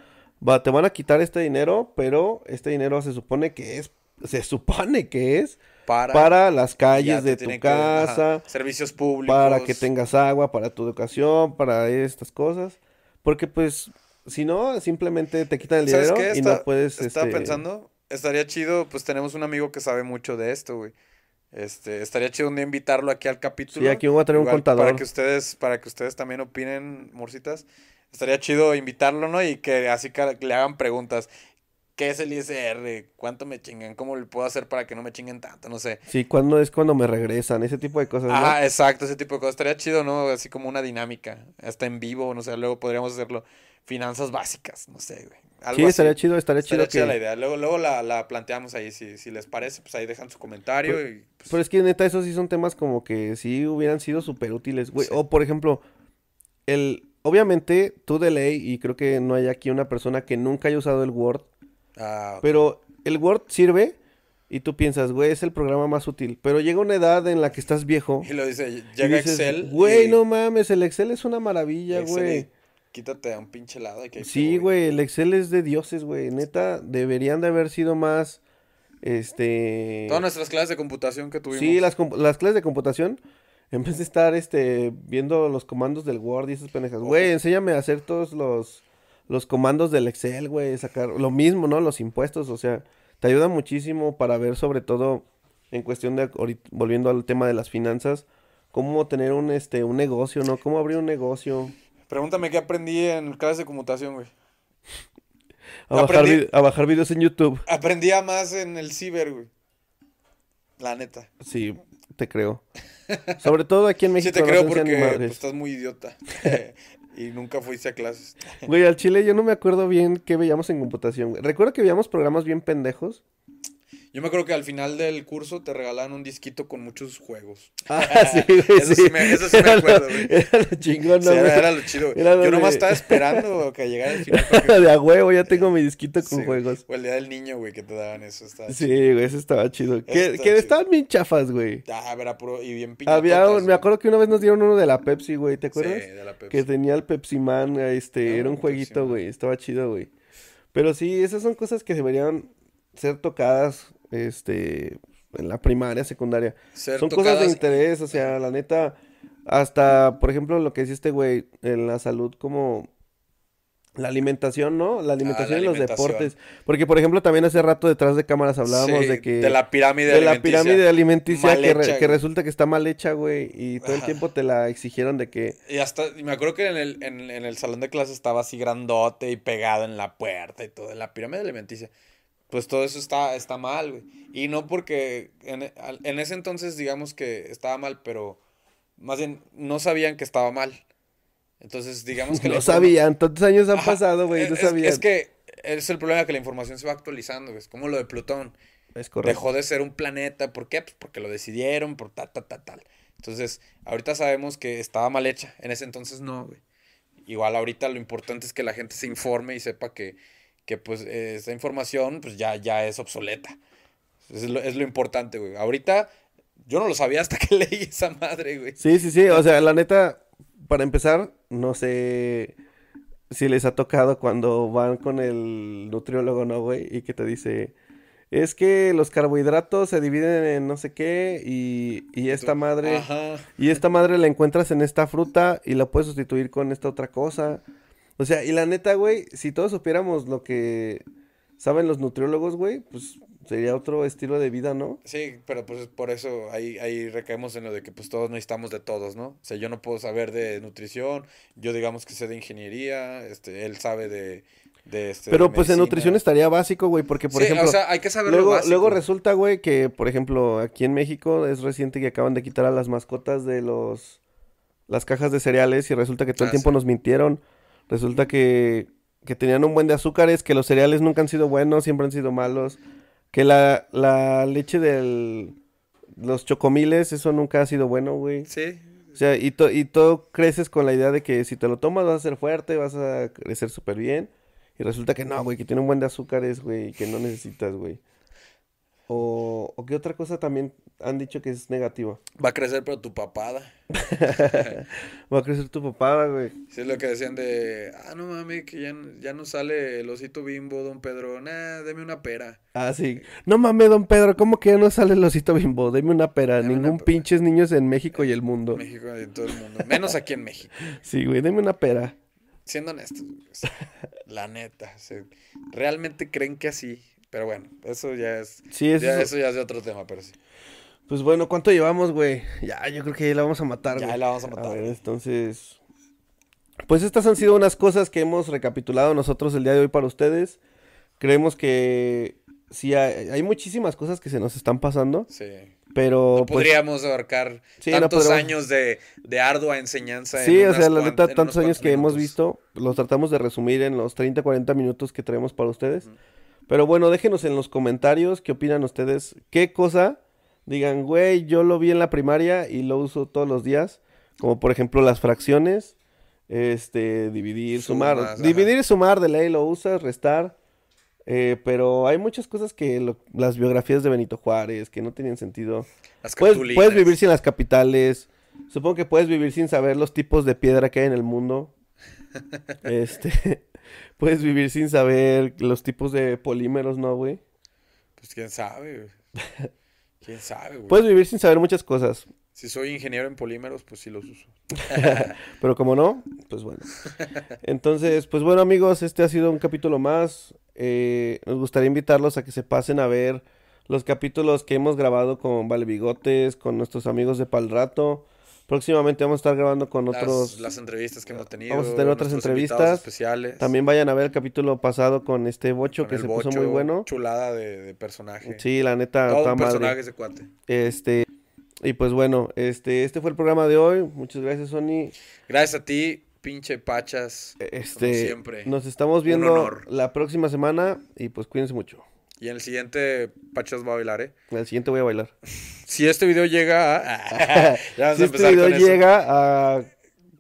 Speaker 3: va, te van a quitar este dinero, pero este dinero se supone que es, se supone que es
Speaker 2: para,
Speaker 3: para, las calles
Speaker 2: ya te
Speaker 3: de tu
Speaker 2: tienen que- ajá,
Speaker 3: casa,
Speaker 2: servicios públicos.
Speaker 3: para que tengas agua, para tu educación, para estas cosas. Porque pues, si no, simplemente te quitan el
Speaker 2: ¿Sabes
Speaker 3: dinero
Speaker 2: qué?
Speaker 3: y no
Speaker 2: Está-
Speaker 3: puedes...
Speaker 2: Estaba
Speaker 3: este,
Speaker 2: pensando, estaría chido, pues tenemos un amigo que sabe mucho de esto, güey. Este, estaría chido un día invitarlo aquí al capítulo.
Speaker 3: Sí, aquí voy a traer un
Speaker 2: Igual,
Speaker 3: contador.
Speaker 2: Para que ustedes, para que ustedes también opinen, morcitas. Estaría chido invitarlo, ¿no? Y que así que le hagan preguntas. ¿Qué es el ISR? ¿Cuánto me chingan? ¿Cómo le puedo hacer para que no me chinguen tanto? No sé.
Speaker 3: Sí, cuando es cuando me regresan, ese tipo de cosas, ¿no?
Speaker 2: Ajá, exacto, ese tipo de cosas. Estaría chido, ¿no? Así como una dinámica. Hasta en vivo, no sé, luego podríamos hacerlo. finanzas básicas, no sé, güey. Algo
Speaker 3: Sí,
Speaker 2: así.
Speaker 3: estaría chido, estaría chido.
Speaker 2: Estaría chida
Speaker 3: que-
Speaker 2: la idea. Luego, luego la, la planteamos ahí. Si, si les parece, pues ahí dejan su comentario. y, pues,
Speaker 3: Pero es que neta, esos sí son temas como que sí hubieran sido súper útiles, güey.
Speaker 2: Sí.
Speaker 3: O por ejemplo, el. Obviamente, tú de ley, y creo que no hay aquí una persona que nunca haya usado el Word,
Speaker 2: ah,
Speaker 3: pero el Word sirve y tú piensas, güey, es el programa más útil. Pero llega una edad en la que estás viejo
Speaker 2: y lo dice,
Speaker 3: y
Speaker 2: llega
Speaker 3: dices,
Speaker 2: Excel.
Speaker 3: güey,
Speaker 2: y-
Speaker 3: no mames, el Excel es una maravilla,
Speaker 2: Excel y
Speaker 3: güey.
Speaker 2: Quítate a un pinche lado. y que ahí te
Speaker 3: Sí,
Speaker 2: voy.
Speaker 3: güey, el Excel es de dioses, güey. Neta, deberían de haber sido más, este...
Speaker 2: Todas nuestras clases de computación que tuvimos.
Speaker 3: Sí, las, compu- las clases de computación, *laughs* en vez de estar este, viendo los comandos del Word y esas pendejas,
Speaker 2: Ojo.
Speaker 3: güey, enséñame a hacer todos los, los comandos del Excel, güey, sacar lo mismo, ¿no? Los impuestos, o sea, te ayuda muchísimo para ver sobre todo en cuestión de, ahorit- volviendo al tema de las finanzas, cómo tener un, este, un negocio, ¿no? Cómo abrir un negocio,
Speaker 2: Pregúntame qué aprendí en clases de computación, güey.
Speaker 3: a bajar,
Speaker 2: Aprendí-
Speaker 3: vi- a bajar videos en YouTube.
Speaker 2: Aprendía más en el ciber, güey. La neta.
Speaker 3: Sí,
Speaker 2: *laughs*
Speaker 3: te creo. Sobre todo aquí en
Speaker 2: sí
Speaker 3: México.
Speaker 2: te
Speaker 3: no
Speaker 2: creo
Speaker 3: sean
Speaker 2: porque
Speaker 3: animales.
Speaker 2: pues, estás muy
Speaker 3: *laughs*
Speaker 2: idiota. y nunca fuiste a clases.
Speaker 3: Güey, al chile yo no me acuerdo bien qué veíamos en computación, güey. Recuerdo que veíamos programas
Speaker 2: *laughs*
Speaker 3: bien pendejos.
Speaker 2: Yo me acuerdo que al final del curso te regalaban un disquito con muchos juegos.
Speaker 3: Ah, *laughs* sí, güey,
Speaker 2: Eso sí me- eso sí me
Speaker 3: Era lo-
Speaker 2: acuerdo, güey.
Speaker 3: Era lo chingón,
Speaker 2: Sí,
Speaker 3: ¿no,
Speaker 2: era,
Speaker 3: güey?
Speaker 2: era lo chido. güey.
Speaker 3: Era
Speaker 2: Yo
Speaker 3: donde-
Speaker 2: nomás
Speaker 3: *laughs*
Speaker 2: estaba esperando que llegara el final. para que-
Speaker 3: De a huevo, ya tengo mi disquito
Speaker 2: sí,
Speaker 3: con
Speaker 2: güey.
Speaker 3: juegos.
Speaker 2: O el día del niño, güey, que te daban eso. estaba
Speaker 3: Sí,
Speaker 2: chido.
Speaker 3: güey, eso estaba chido. Que,
Speaker 2: estaba
Speaker 3: que
Speaker 2: chido.
Speaker 3: estaban bien chafas, güey.
Speaker 2: Ah, verá, puro. Y bien
Speaker 3: Había,
Speaker 2: piñatotas,
Speaker 3: un- me
Speaker 2: güey.
Speaker 3: acuerdo que una vez nos dieron uno de la Pepsi, güey, ¿te acuerdas?
Speaker 2: Sí, de la Pepsi.
Speaker 3: Que tenía el Pepsi Man, este,
Speaker 2: Ah,
Speaker 3: era un
Speaker 2: Pepsi
Speaker 3: jueguito,
Speaker 2: Man.
Speaker 3: güey, estaba chido, güey. Pero sí, esas son cosas que deberían ser tocadas, este, en la primaria, secundaria.
Speaker 2: Ser
Speaker 3: Son cosas de
Speaker 2: tocadas-
Speaker 3: interés, o sea, la neta, hasta, por ejemplo, lo que dice este güey, en la salud como la alimentación, ¿no? La alimentación y los
Speaker 2: Ah, alimentación.
Speaker 3: deportes. Porque, por ejemplo, también hace rato detrás de cámaras hablábamos
Speaker 2: Sí,
Speaker 3: de que...
Speaker 2: De la pirámide
Speaker 3: de la
Speaker 2: alimenticia.
Speaker 3: pirámide alimenticia
Speaker 2: Mal
Speaker 3: que, re-
Speaker 2: hecha,
Speaker 3: que
Speaker 2: güey.
Speaker 3: resulta que está mal hecha, güey, y todo el
Speaker 2: Ajá.
Speaker 3: tiempo te la exigieron
Speaker 2: *laughs*
Speaker 3: de que...
Speaker 2: Y hasta, y me acuerdo que en el, en, en el salón de clase estaba así grandote y pegado en la puerta y todo, en la pirámide alimenticia. Pues todo eso está, está mal, güey. Y no porque en, al- en ese entonces digamos que estaba mal, pero más bien no sabían que estaba mal. Entonces digamos
Speaker 3: *laughs*
Speaker 2: que... la
Speaker 3: No
Speaker 2: informa-
Speaker 3: sabían, tantos años han
Speaker 2: Ajá,
Speaker 3: pasado, güey,
Speaker 2: es-
Speaker 3: no
Speaker 2: es-
Speaker 3: sabían.
Speaker 2: Es que es el problema que la información se va actualizando, güey. Es como lo de Plutón.
Speaker 3: Es correcto.
Speaker 2: Dejó de ser un planeta. ¿Por qué? Pues porque lo decidieron, por tal, tal, tal, tal. Entonces, ahorita sabemos que estaba mal hecha. En ese entonces no, güey. Igual ahorita lo importante es que la gente se informe y sepa que, que pues, eh, esa información pues ya, ya es obsoleta. Es lo, es lo importante, güey. Ahorita yo no lo sabía hasta que *laughs* leí esa madre, güey.
Speaker 3: Sí, sí, sí. O sea, la neta, para empezar, no sé si les ha tocado cuando van con el nutriólogo, ¿no, güey? Y que te dice, es que los carbohidratos se dividen en no sé qué y, y esta
Speaker 2: Tú-
Speaker 3: madre,
Speaker 2: Ajá.
Speaker 3: y esta madre la encuentras en esta fruta y la puedes sustituir con esta otra cosa. O sea, y la neta, güey, si todos supiéramos lo que saben los nutriólogos, güey, pues sería otro estilo de vida, ¿no?
Speaker 2: Sí, pero pues por eso ahí, ahí recaemos en lo de que pues todos necesitamos de todos, ¿no? O sea, yo no puedo saber de nutrición, yo digamos que sé de ingeniería, este, él sabe de, de este, de
Speaker 3: Pero pues en nutrición
Speaker 2: medicina.
Speaker 3: estaría básico, güey, porque por
Speaker 2: Sí,
Speaker 3: ejemplo...
Speaker 2: o sea, hay que saber lo
Speaker 3: Luego, luego
Speaker 2: básico.
Speaker 3: resulta, güey, que por ejemplo aquí en México es reciente que acaban de quitar a las mascotas de los las cajas de cereales y resulta que todo el
Speaker 2: Ah,
Speaker 3: tiempo
Speaker 2: sí.
Speaker 3: nos mintieron. Resulta que, que tenían un buen de azúcares, que los cereales nunca han sido buenos, siempre han sido malos. Que la, la leche del los chocomiles, eso nunca ha sido bueno, güey.
Speaker 2: Sí,
Speaker 3: O sea, y, to- y todo creces con la idea de que si te lo tomas vas a ser fuerte, vas a crecer súper bien. Y resulta que no, güey, que tiene un buen de azúcares, güey, que no necesitas, güey. O, o qué otra cosa también han dicho que es negativa.
Speaker 2: va a crecer pero tu papada.
Speaker 3: Va a crecer tu papá, güey.
Speaker 2: Sí, es lo que decían de, ah, no mames, que ya, n- ya no sale el osito bimbo, don Pedro, nah, deme una pera.
Speaker 3: Ah, sí. No mames, don Pedro, ¿cómo que ya no sale el osito bimbo? Deme una pera.
Speaker 2: Deme una
Speaker 3: Ningún
Speaker 2: pera.
Speaker 3: pinches niños en México y el mundo.
Speaker 2: México y en todo el mundo, menos aquí en México.
Speaker 3: Sí, güey, deme una pera.
Speaker 2: Siendo honestos, güey, o sea, la neta, o sea, realmente creen que así, pero bueno, eso ya es,
Speaker 3: Sí, eso
Speaker 2: ya,
Speaker 3: es-
Speaker 2: eso ya es de otro tema, pero sí.
Speaker 3: Pues bueno, ¿cuánto llevamos, güey? Ya, yo creo que ya la vamos a matar,
Speaker 2: Ya
Speaker 3: güey.
Speaker 2: la vamos a matar,
Speaker 3: ver,
Speaker 2: güey.
Speaker 3: entonces. Pues estas han sido unas cosas que hemos recapitulado nosotros el día de hoy para ustedes. Creemos que sí hay, hay muchísimas cosas que se nos están pasando.
Speaker 2: Sí.
Speaker 3: Pero
Speaker 2: No
Speaker 3: pues,
Speaker 2: podríamos abarcar
Speaker 3: Sí, no
Speaker 2: tantos
Speaker 3: podríamos.
Speaker 2: años de, de ardua enseñanza. en
Speaker 3: Sí, o
Speaker 2: unas
Speaker 3: sea, la
Speaker 2: cuan-
Speaker 3: neta,
Speaker 2: en unos
Speaker 3: tantos años
Speaker 2: cuantos
Speaker 3: que hemos
Speaker 2: minutos.
Speaker 3: visto, los tratamos de resumir en los 30, 40 minutos que traemos para ustedes. Pero bueno, déjenos en los comentarios qué opinan ustedes, qué cosa digan, güey, yo lo vi en la primaria y lo uso todos los días, como por ejemplo las fracciones, este, dividir, sumar,
Speaker 2: Sumas, ajá.
Speaker 3: dividir y sumar de ley lo usas, restar. eh, pero hay muchas cosas que lo- las biografías de Benito Juárez que no tienen sentido.
Speaker 2: Las
Speaker 3: Puedes,
Speaker 2: cartulinas.
Speaker 3: puedes vivir sin las capitales. Supongo que puedes vivir sin saber los tipos de piedra que hay en
Speaker 2: *laughs*
Speaker 3: el mundo. Este, *laughs* puedes vivir sin saber los tipos de polímeros, ¿no, güey?
Speaker 2: Pues quién sabe,
Speaker 3: *laughs*
Speaker 2: güey. Quién sabe, güey.
Speaker 3: Puedes vivir sin saber muchas cosas,
Speaker 2: Si soy ingeniero en polímeros, pues sí los uso.
Speaker 3: pero como no, pues
Speaker 2: *laughs*
Speaker 3: bueno. Entonces, pues bueno, amigos, este ha sido un capítulo más. Eh, nos gustaría invitarlos a que se pasen a ver los capítulos que hemos grabado con Vale Bigotes, con nuestros amigos de Palrato. Próximamente vamos a estar grabando con
Speaker 2: Las-
Speaker 3: otros.
Speaker 2: Las, entrevistas que hemos tenido.
Speaker 3: Vamos a tener otras
Speaker 2: nuestros invitados
Speaker 3: entrevistas.
Speaker 2: especiales.
Speaker 3: También vayan a ver el capítulo pasado con este
Speaker 2: Pues, con
Speaker 3: Bocho que
Speaker 2: el
Speaker 3: se puso
Speaker 2: Bocho,
Speaker 3: muy bueno.
Speaker 2: Chulada de, de personaje.
Speaker 3: Sí, la neta,
Speaker 2: Todo
Speaker 3: Ah, está
Speaker 2: un
Speaker 3: madre.
Speaker 2: personaje ese cuate.
Speaker 3: Este, y pues bueno, este, este fue el programa de hoy. Muchas gracias, Sony.
Speaker 2: Gracias a ti, pinche Pachas.
Speaker 3: Este,
Speaker 2: Como siempre.
Speaker 3: nos estamos
Speaker 2: Un
Speaker 3: viendo
Speaker 2: honor.
Speaker 3: la próxima semana y pues cuídense mucho.
Speaker 2: Y en el siguiente, Pachas va a bailar, ¿eh?
Speaker 3: En el siguiente voy a bailar.
Speaker 2: Si este video
Speaker 3: *laughs*
Speaker 2: llega a... *laughs* ya vamos
Speaker 3: Si
Speaker 2: a
Speaker 3: este
Speaker 2: empezar
Speaker 3: video
Speaker 2: con eso.
Speaker 3: llega a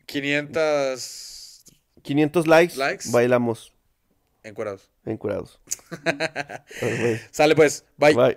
Speaker 2: 500
Speaker 3: 500 likes,
Speaker 2: Likes.
Speaker 3: bailamos
Speaker 2: encuerados. *laughs*
Speaker 3: encurados. Pues, güey,
Speaker 2: Sale pues. Bye.
Speaker 3: Bye.